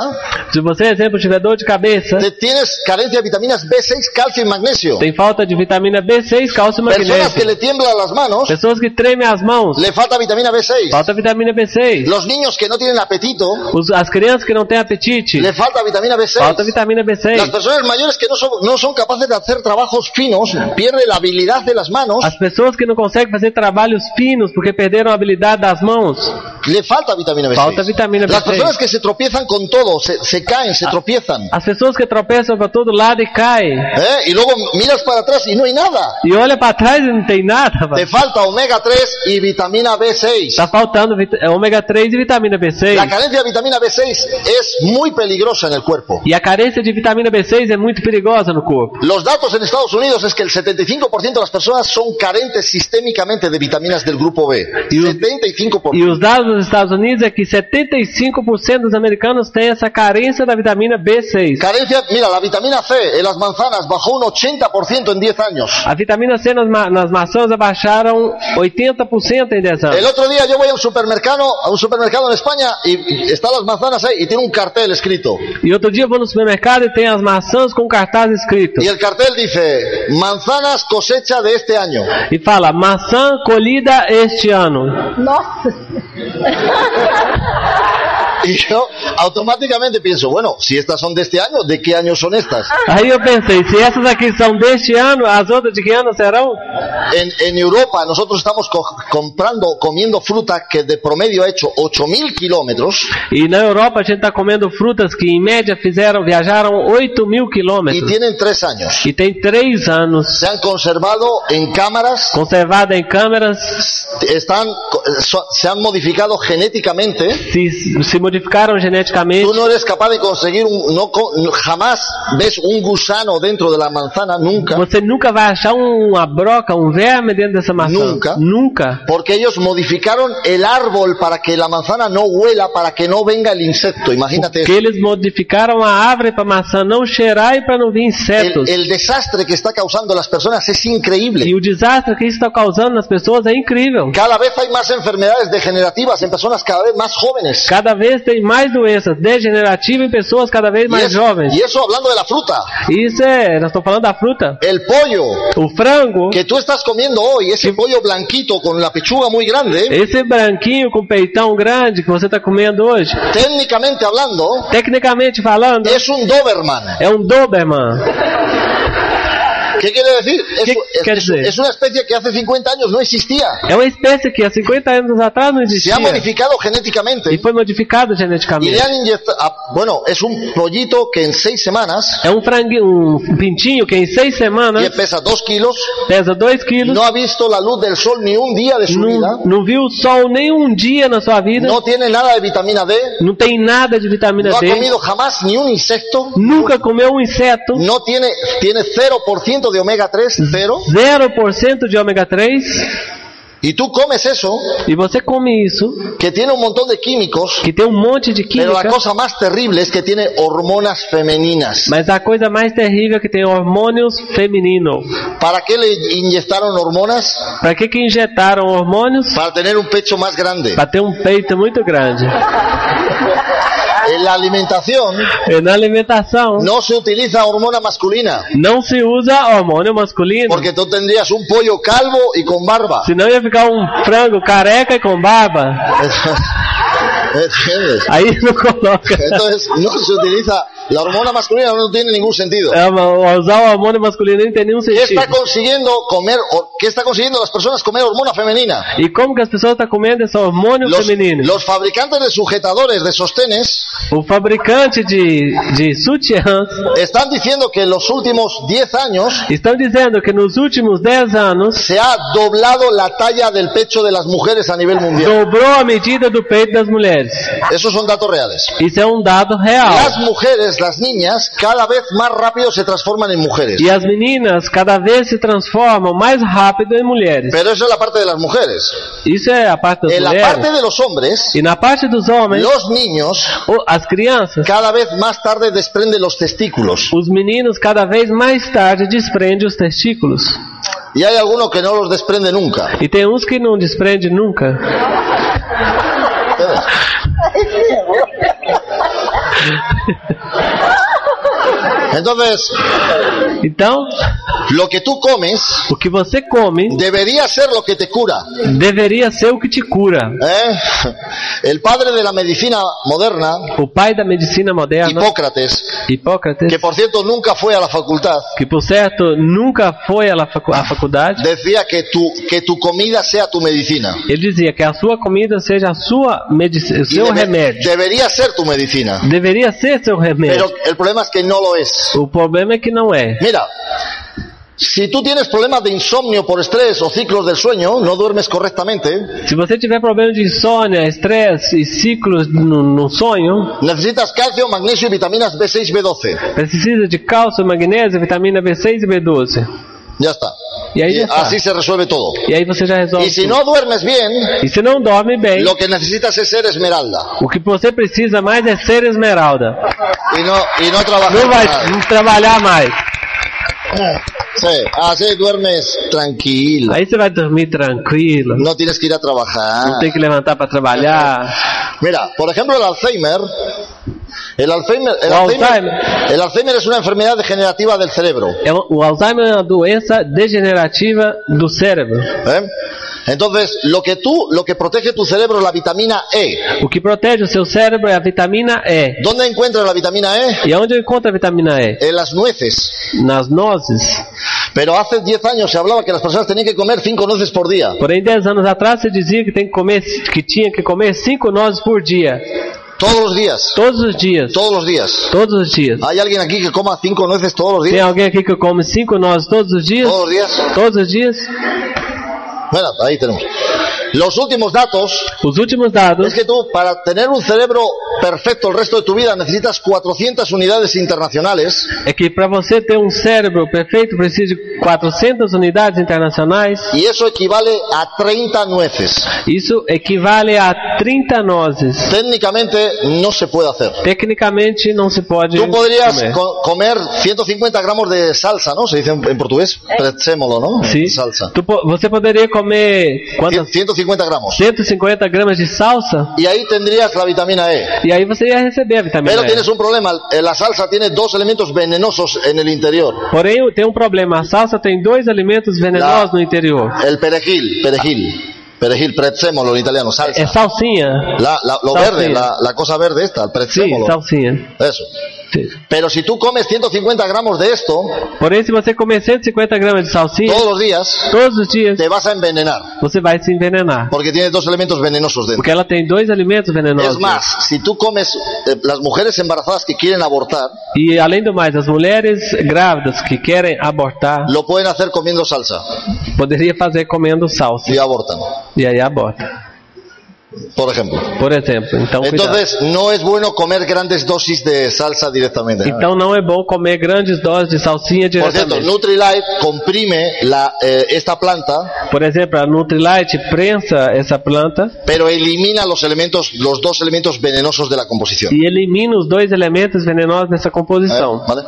Speaker 3: se você, por exemplo, tiver dor de cabeça,
Speaker 2: Te- tienes carencia de vitaminas B6, calcio y magnesio.
Speaker 3: tem falta de vitamina B6, cálcio e
Speaker 2: Personas que
Speaker 3: magnésio.
Speaker 2: le tiemblan las manos,
Speaker 3: Pessoas que tremem as mãos,
Speaker 2: le falta vitamina B6.
Speaker 3: falta vitamina B6.
Speaker 2: Los niños que no tienen apetito,
Speaker 3: Os- as crianças que não têm apetite,
Speaker 2: le falta vitamina
Speaker 3: falta
Speaker 2: B6.
Speaker 3: vitamina
Speaker 2: Las
Speaker 3: B6.
Speaker 2: personas mayores que no son, no son capaces de hacer trabajos finos, pierden la habilidad de las manos,
Speaker 3: As pessoas que não conseguem fazer trabalhos finos porque perderam a habilidade das mãos,
Speaker 2: le falta vitamina B6.
Speaker 3: Falta vitamina Ah.
Speaker 2: Las
Speaker 3: B6.
Speaker 2: personas que se tropiezan con todo, se, se caen, se tropiezan.
Speaker 3: as pessoas que tropeçam para todo lado e caem,
Speaker 2: ¿eh? Y luego miras para atrás y no hay nada.
Speaker 3: e olha para trás e não tem nada,
Speaker 2: Te
Speaker 3: rapaz.
Speaker 2: falta omega 3 y vitamina
Speaker 3: Tá
Speaker 2: B6.
Speaker 3: faltando vit- é, ômega 3 e vitamina
Speaker 2: La
Speaker 3: B6.
Speaker 2: carencia de vitamina B6 es muy peligrosa en el cuerpo.
Speaker 3: E a carência de vitamina B6 é muito perigosa no corpo.
Speaker 2: Los datos en Estados Unidos es que el 75% de las personas son carentes sistémicamente de vitaminas del grupo B.
Speaker 3: Y un- E
Speaker 2: 75%.
Speaker 3: os dados dos Estados Unidos é que 75% dos americanos têm essa carência da vitamina B6.
Speaker 2: Carencia, mira, la vitamina C en las manzanas bajó un 80% en 10 años.
Speaker 3: A vitamina C nas, ma nas maçãs abaixaram 80% em 10
Speaker 2: El
Speaker 3: anos.
Speaker 2: otro día yo voy a un supermercado, a un supermercado en España y y están las manzanas ahí y tiene un cartel escrito.
Speaker 3: E outro dia eu vou no supermercado e tem as maçãs com cartaz escrito.
Speaker 2: Y el cartel dice, manzanas cosecha de este año. [laughs]
Speaker 3: E fala, maçã colhida este ano.
Speaker 2: Y yo automáticamente pienso, bueno, si estas son de este año, ¿de qué año son estas?
Speaker 3: Aí eu pensei, se essas aqui são deste ano, as outras de que ano serão?
Speaker 2: En, en Europa nosotros estamos co- comprando, comiendo fruta que de promedio ha hecho 8.000 kilómetros
Speaker 3: E na Europa a gente está comendo frutas que em média fizeram, viajaram 8 mil
Speaker 2: y
Speaker 3: quilômetros.
Speaker 2: tienen tres años.
Speaker 3: E tem 3 anos.
Speaker 2: Se han conservado en cámaras,
Speaker 3: Conservada em câmeras,
Speaker 2: están, co- so- se han modificado genéticamente
Speaker 3: se, se modificaram geneticamente.
Speaker 2: Tú no eres capaz de conseguir un. No, co- no- jamás ves un gusano dentro de la manzana, nunca.
Speaker 3: Você nunca vai achar uma broca, um verme dentro dessa maçã.
Speaker 2: Nunca.
Speaker 3: Nunca.
Speaker 2: Porque ellos modificaron el árbol para que la manzana no huela, para que no venga el insecto. Imagínate
Speaker 3: Porque
Speaker 2: eso.
Speaker 3: eles modificaram a árvore para a maçã não cheirar e para não vir insetos.
Speaker 2: El, el desastre que está causando las personas es
Speaker 3: E
Speaker 2: increíble.
Speaker 3: o desastre que isso está causando nas pessoas é incrível.
Speaker 2: Cada vez hay más enfermedades degenerativas en personas cada vez más jóvenes.
Speaker 3: Cada vez tem mais doenças degenerativas em pessoas cada vez
Speaker 2: Y,
Speaker 3: mais
Speaker 2: es-
Speaker 3: jovens.
Speaker 2: y eso hablando de la fruta.
Speaker 3: Isso é, nós estamos falando da fruta.
Speaker 2: El pollo
Speaker 3: O frango,
Speaker 2: que tú estás comiendo hoy, ese pollo blanquito con la pechuga muy grande,
Speaker 3: esse branquinho com peitão grande que você está comendo hoje,
Speaker 2: técnicamente hablando,
Speaker 3: tecnicamente falando,
Speaker 2: es un Doberman.
Speaker 3: é um Doberman.
Speaker 2: ¿Qué quiere decir? Es,
Speaker 3: ¿Qué
Speaker 2: es-
Speaker 3: quiere decir?
Speaker 2: es una especie que hace 50 años no existía.
Speaker 3: É uma espécie que há 50 anos atrás não
Speaker 2: Se
Speaker 3: existia
Speaker 2: ha modificado
Speaker 3: e
Speaker 2: genéticamente.
Speaker 3: foi modificada
Speaker 2: Y le
Speaker 3: geneticamente.
Speaker 2: han inyectado... Bueno, es un pollito que en seis semanas,
Speaker 3: É um franguinho, um pintinho que em seis
Speaker 2: que
Speaker 3: semanas
Speaker 2: pesa dos kilos,
Speaker 3: pesa 2 quilos,
Speaker 2: no ha visto la luz del sol ni un día de su vida,
Speaker 3: não, não viu o sol nem um dia na sua vida,
Speaker 2: no tiene nada de vitamina D,
Speaker 3: não tem nada de vitamina
Speaker 2: no ha
Speaker 3: D,
Speaker 2: comido jamás ni un insecto,
Speaker 3: nunca comeu um inseto,
Speaker 2: no tiene, tiene 0% de omega 3, cero.
Speaker 3: 0% de ômega 3,
Speaker 2: Y tú comes eso,
Speaker 3: e você come isso,
Speaker 2: que tiene un montón de químicos,
Speaker 3: que tem um monte de
Speaker 2: pero la
Speaker 3: química,
Speaker 2: cosa más terrible es que tiene hormonas femeninas.
Speaker 3: mas a coisa mais terrível é que tem hormônios femininos.
Speaker 2: ¿Para qué le inyectaron hormonas?
Speaker 3: Para que que injetaram hormônios?
Speaker 2: Para tener un pecho más grande.
Speaker 3: Para ter um peito muito grande.
Speaker 2: En la alimentación
Speaker 3: E É na alimentação,
Speaker 2: no se utiliza hormona masculina,
Speaker 3: não se usa hormônio masculino.
Speaker 2: porque tú tendrías un pollo calvo y con barba.
Speaker 3: Senão ia ficar um frango careca e com barba.
Speaker 2: [laughs] ¿Entiendes?
Speaker 3: Aí não coloca.
Speaker 2: Entonces, no se utiliza, la hormona masculina no tiene ningún sentido.
Speaker 3: É, mas usar o hormônio masculino não tem nenhum
Speaker 2: ¿Qué
Speaker 3: sentido.
Speaker 2: está consiguiendo comer, o- qué está consiguiendo las personas comer hormona femenina?
Speaker 3: E como que as pessoas estão comendo esse hormônio
Speaker 2: Los,
Speaker 3: feminino?
Speaker 2: los fabricantes de sujetadores, de sostenes,
Speaker 3: O fabricante de, de sutiãs
Speaker 2: están diciendo que en los últimos 10 años
Speaker 3: estão dizendo que nos últimos 10 anos
Speaker 2: se ha doblado la talla del pecho de las mujeres a nivel mundial.
Speaker 3: dobrou a medida do peito das mulheres.
Speaker 2: Esos son datos reales.
Speaker 3: Isso é um dado real.
Speaker 2: Las mujeres, las niñas, cada vez más rápido se transforman en mujeres.
Speaker 3: E as meninas cada vez se transformam mais rápido em mulheres.
Speaker 2: Pero esa es la parte de las mujeres.
Speaker 3: Isso é a parte das
Speaker 2: En la
Speaker 3: mulheres.
Speaker 2: parte de los hombres,
Speaker 3: E na parte dos homens,
Speaker 2: los niños
Speaker 3: o- as crianças,
Speaker 2: cada vez más tarde desprenden los testículos.
Speaker 3: os meninos cada vez mais tarde desprendem os testículos.
Speaker 2: Y hay alguno que no los desprende nunca.
Speaker 3: E tem uns que não desprendem nunca.
Speaker 2: ¿Ustedes? Entonces,
Speaker 3: Então,
Speaker 2: lo que tú comes
Speaker 3: o que você come
Speaker 2: debería ser lo que te cura.
Speaker 3: deveria ser o que te cura.
Speaker 2: ¿eh? El padre de la medicina moderna,
Speaker 3: O pai da medicina moderna,
Speaker 2: Hipócrates,
Speaker 3: Hipócrates,
Speaker 2: que por cierto nunca fue a la facultad,
Speaker 3: que por certo nunca foi à la facu- à faculdade,
Speaker 2: decía que tu, que tu comida sea tu medicina.
Speaker 3: ele dizia que a sua comida seja a sua medici- o
Speaker 2: Y
Speaker 3: seu
Speaker 2: debe-
Speaker 3: remédio.
Speaker 2: Debería ser tu medicina.
Speaker 3: Deveria ser seu remédio.
Speaker 2: Pero el problema es que no lo es.
Speaker 3: O problema é que não é.
Speaker 2: Mira, si tú tienes problemas de insomnio por estrés o ciclos del sueño, no duermes correctamente,
Speaker 3: Se você tiver problema de insônia, estresse e ciclos no, no sonho,
Speaker 2: necesitas calcio, magnesio y vitaminas B6, B12.
Speaker 3: precisa de cálcio, magnésio, vitamina B6 e B12.
Speaker 2: Ya está.
Speaker 3: E aí
Speaker 2: Y
Speaker 3: já está.
Speaker 2: así se resuelve todo.
Speaker 3: E aí você já resolve.
Speaker 2: Y si
Speaker 3: tudo.
Speaker 2: no duermes bien,
Speaker 3: E se não dorme bem,
Speaker 2: lo que necesitas es ser esmeralda.
Speaker 3: o que você precisa mais é ser esmeralda.
Speaker 2: Y no, y no trabajar.
Speaker 3: Não vai
Speaker 2: nada.
Speaker 3: trabalhar mais.
Speaker 2: Sí, así duermes tranquilo.
Speaker 3: Aí você vai dormir tranquilo.
Speaker 2: No tienes que ir a
Speaker 3: Não
Speaker 2: trabajar.
Speaker 3: tem que levantar para trabalhar.
Speaker 2: Mira, por ejemplo, el Alzheimer. El Alzheimer, el
Speaker 3: O
Speaker 2: Alzheimer,
Speaker 3: Alzheimer.
Speaker 2: el Alzheimer es una enfermedad degenerativa del cerebro.
Speaker 3: É um- o Alzheimer é uma doença degenerativa do cérebro.
Speaker 2: ¿eh? Entonces, lo que tú, lo que protege tu cerebro es la vitamina E.
Speaker 3: O que protege o seu cérebro é a vitamina E.
Speaker 2: ¿Dónde encuentras la vitamina E?
Speaker 3: E onde eu encontro a vitamina E?
Speaker 2: En las nueces.
Speaker 3: Nas nozes.
Speaker 2: Pero hace 10 años se hablaba que las personas tenían que comer 5 nueces por día.
Speaker 3: Porém, 10 anos atrás você dizia que, tem que, comer, que tinha que comer 5 nozes por dia.
Speaker 2: Todos los días.
Speaker 3: Todos os dias.
Speaker 2: Todos los días.
Speaker 3: Todos os dias.
Speaker 2: ¿Hay alguien aquí que coma 5 nueces todos los
Speaker 3: Tem
Speaker 2: días?
Speaker 3: alguém aqui que come 5 nozes todos os dias?
Speaker 2: Todos los días.
Speaker 3: Todos os dias?
Speaker 2: Bueno, ahí tenemos. Los últimos datos
Speaker 3: Os últimos
Speaker 2: es
Speaker 3: dados
Speaker 2: que tú, para tener un cerebro perfecto el resto de tu vida necesitas 400 unidades internacionales
Speaker 3: É que para você ter um cérebro perfeito precisa de 400 unidades internacionais.
Speaker 2: y eso equivale a 30 nueces.
Speaker 3: Isso equivale a 30 nozes.
Speaker 2: Técnicamente no se puede hacer.
Speaker 3: Tecnicamente não se pode
Speaker 2: Tú podrías
Speaker 3: comer.
Speaker 2: co- comer 150 gramos de salsa, ¿no? Se dice en, en portugués, pretsémolo, ¿no?
Speaker 3: Sim.
Speaker 2: Salsa.
Speaker 3: Tu po- você poderia comer quantas?
Speaker 2: 150 gramos.
Speaker 3: 150 gramas de salsa
Speaker 2: Y ahí tendrías la vitamina E.
Speaker 3: e aí você ia receber a vitamina
Speaker 2: Pero tienes
Speaker 3: E.
Speaker 2: un problema, eh, la salsa tiene dos elementos venenosos en el interior.
Speaker 3: Porém, tem um problema. A salsa tem dois alimentos venenosos no interior.
Speaker 2: El perejil, perejil, perejil, prezzemolo en italiano, salsa.
Speaker 3: É salsinha.
Speaker 2: La- la- lo
Speaker 3: Salsilla.
Speaker 2: verde, la, la cosa verde esta, el
Speaker 3: Sim,
Speaker 2: prezzemolo.
Speaker 3: salsinha.
Speaker 2: Eso.
Speaker 3: Sim.
Speaker 2: Pero si tú comes 150 gramos de esto
Speaker 3: Porém, se você comer 150 gramas de salsinha
Speaker 2: todos los días,
Speaker 3: todos os dias,
Speaker 2: te vas a envenenar,
Speaker 3: você vai se envenenar.
Speaker 2: porque tiene dos elementos venenosos dentro.
Speaker 3: Porque ela tem dois alimentos
Speaker 2: Es
Speaker 3: venenosos.
Speaker 2: más, si tú comes eh, las mujeres embarazadas que quieren abortar,
Speaker 3: E além do mais, as mulheres grávidas que querem abortar
Speaker 2: lo pueden hacer comiendo salsa
Speaker 3: poderia fazer comendo salsa
Speaker 2: y abortan,
Speaker 3: e aí aborta,
Speaker 2: por ejemplo.
Speaker 3: por exemplo. Então, cuidado.
Speaker 2: Entonces, no es bueno comer grandes dosis de salsa directamente.
Speaker 3: Então não é bom comer grandes doses de salsinha
Speaker 2: Por cierto,
Speaker 3: diretamente.
Speaker 2: Nutrilite comprime la, eh, esta planta,
Speaker 3: Por exemplo, a Nutrilite prensa essa planta
Speaker 2: pero elimina los elementos, los dos elementos venenosos de la composición.
Speaker 3: e elimina os dois elementos venenosos nessa composição.
Speaker 2: ¿Vale?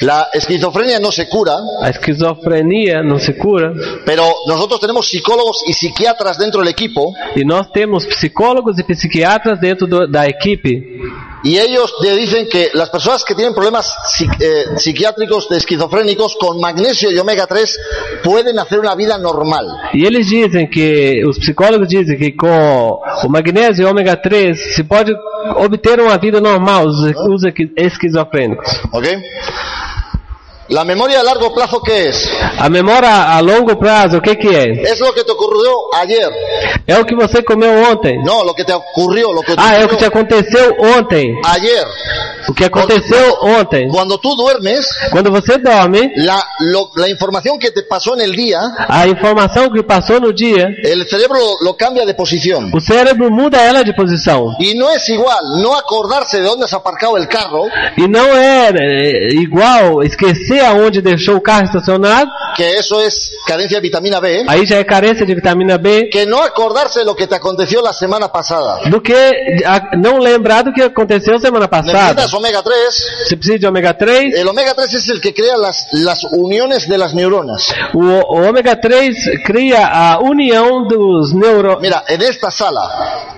Speaker 2: La esquizofrenia no se cura,
Speaker 3: A esquizofrenia não se cura
Speaker 2: pero nosotros tenemos psicólogos y psiquiatras dentro del equipo
Speaker 3: e nós temos psicólogos e psiquiatras dentro do- da equipe
Speaker 2: y ellos te dicen que las personas que tienen problemas psi- eh, psiquiátricos de esquizofrénicos con magnesio y omega 3 pueden hacer una vida normal.
Speaker 3: e eles dizem que os psicólogos dizem que com o magnésio e ômega 3 se pode obter uma vida normal os, os esqui- esquizofrênicos.
Speaker 2: ¿Ok? La memoria a largo plazo, ¿qué es?
Speaker 3: A memória a longo prazo, o que que é?
Speaker 2: Es lo que te ocurrió ayer.
Speaker 3: É o que você comeu ontem.
Speaker 2: No, lo que te ocurrió, lo que te
Speaker 3: Ah, é o que te
Speaker 2: ocurrió
Speaker 3: aconteceu ontem.
Speaker 2: ayer.
Speaker 3: O que aconteceu ontem.
Speaker 2: Cuando tú duermes,
Speaker 3: Quando você dorme,
Speaker 2: la, lo- la información que te pasó en el día,
Speaker 3: a informação que passou no dia,
Speaker 2: el cerebro lo, lo cambia de posición.
Speaker 3: o cérebro muda ela de posição.
Speaker 2: Y no es igual no acordarse de dónde has aparcado el carro
Speaker 3: E não é, é, igual esquecer aonde deixou o carro estacionado,
Speaker 2: que eso es carencia de vitamina B,
Speaker 3: aí já é carência de vitamina B,
Speaker 2: que no acordarse de lo que te aconteció la semana pasada.
Speaker 3: do que a- não lembrar do que aconteceu semana passada.
Speaker 2: Necesitas omega 3.
Speaker 3: Você precisa de ômega 3,
Speaker 2: El omega 3 es el que crea las, las uniones de las neuronas.
Speaker 3: o, o ômega 3 cria a união dos neurônios.
Speaker 2: Mira, en esta sala,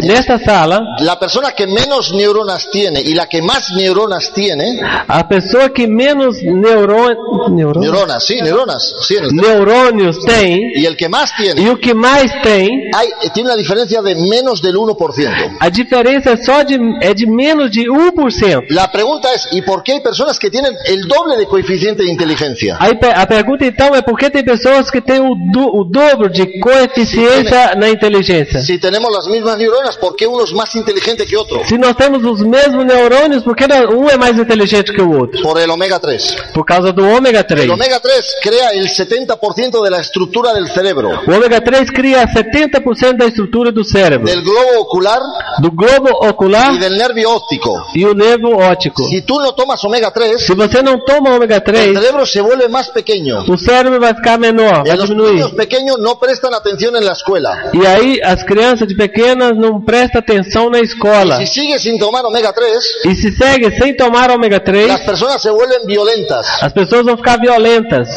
Speaker 3: Nesta sala,
Speaker 2: la persona que menos neuronas tiene y la que más neuronas tiene,
Speaker 3: A pessoa que menos neurônios
Speaker 2: neuronas, sí, neuronas, sí, en el-
Speaker 3: neurônios tem
Speaker 2: y el que más
Speaker 3: e
Speaker 2: tiene,
Speaker 3: o que mais tem,
Speaker 2: hay, tiene una diferencia de menos del 1%.
Speaker 3: a diferença é só de é de menos de 1%.
Speaker 2: La pregunta es, ¿y por qué hay personas que tienen el doble de coeficiente de inteligencia?
Speaker 3: Aí pe- a pergunta então é por que tem pessoas que têm o, do- o dobro de coeficiência na inteligência?
Speaker 2: Si tenemos las mismas neuronas, ¿por quê uno es más inteligente que otro?
Speaker 3: Se nós temos os mesmos neurônios, por que não- um é mais inteligente que o outro?
Speaker 2: Por el omega 3.
Speaker 3: Por causa do ômega 3.
Speaker 2: El omega 3 crea el 70% de la estructura del cerebro,
Speaker 3: O ômega 3 cria 70% da estrutura do cérebro,
Speaker 2: del globo ocular
Speaker 3: do globo
Speaker 2: y
Speaker 3: ocular
Speaker 2: del nervio óptico.
Speaker 3: e o nervo óptico.
Speaker 2: Si tú no tomas omega 3,
Speaker 3: Se você não toma ômega
Speaker 2: el
Speaker 3: 3,
Speaker 2: cerebro se vuelve más pequeño.
Speaker 3: o cérebro vai ficar menor,
Speaker 2: Y a
Speaker 3: vai
Speaker 2: los niños
Speaker 3: diminuir.
Speaker 2: pequeños no prestan atención en la escuela.
Speaker 3: E aí as crianças de pequenas não prestam atenção na escola.
Speaker 2: Si sigues sin tomar omega 3,
Speaker 3: E se segue sem tomar ômega
Speaker 2: las
Speaker 3: 3,
Speaker 2: personas se vuelven violentas.
Speaker 3: as pessoas vão ficar violentas.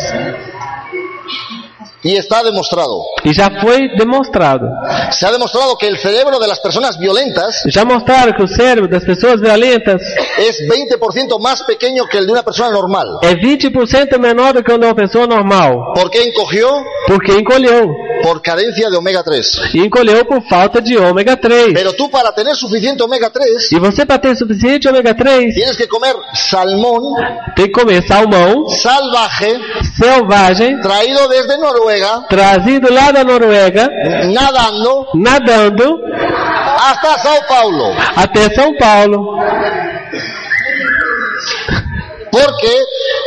Speaker 2: Y está demostrado.
Speaker 3: E já foi demonstrado.
Speaker 2: Se ha demostrado que el cerebro de las personas violentas
Speaker 3: Já mostraram que o cérebro das pessoas violentas
Speaker 2: es 20% más pequeño que el de una persona normal.
Speaker 3: é 20% menor do que o de uma pessoa normal.
Speaker 2: ¿Por qué encogió?
Speaker 3: Porque encolheu.
Speaker 2: Por carencia de omega 3.
Speaker 3: E encolheu por falta de ômega 3.
Speaker 2: Pero tú para tener suficiente omega 3
Speaker 3: E você, para ter suficiente ômega 3,
Speaker 2: tienes que comer salmón
Speaker 3: tem que comer salmão
Speaker 2: salvaje
Speaker 3: selvagem
Speaker 2: traído desde Noruega,
Speaker 3: trazido lá da Noruega,
Speaker 2: nadando
Speaker 3: nadando
Speaker 2: hasta Sao Paulo.
Speaker 3: até São Paulo,
Speaker 2: Porque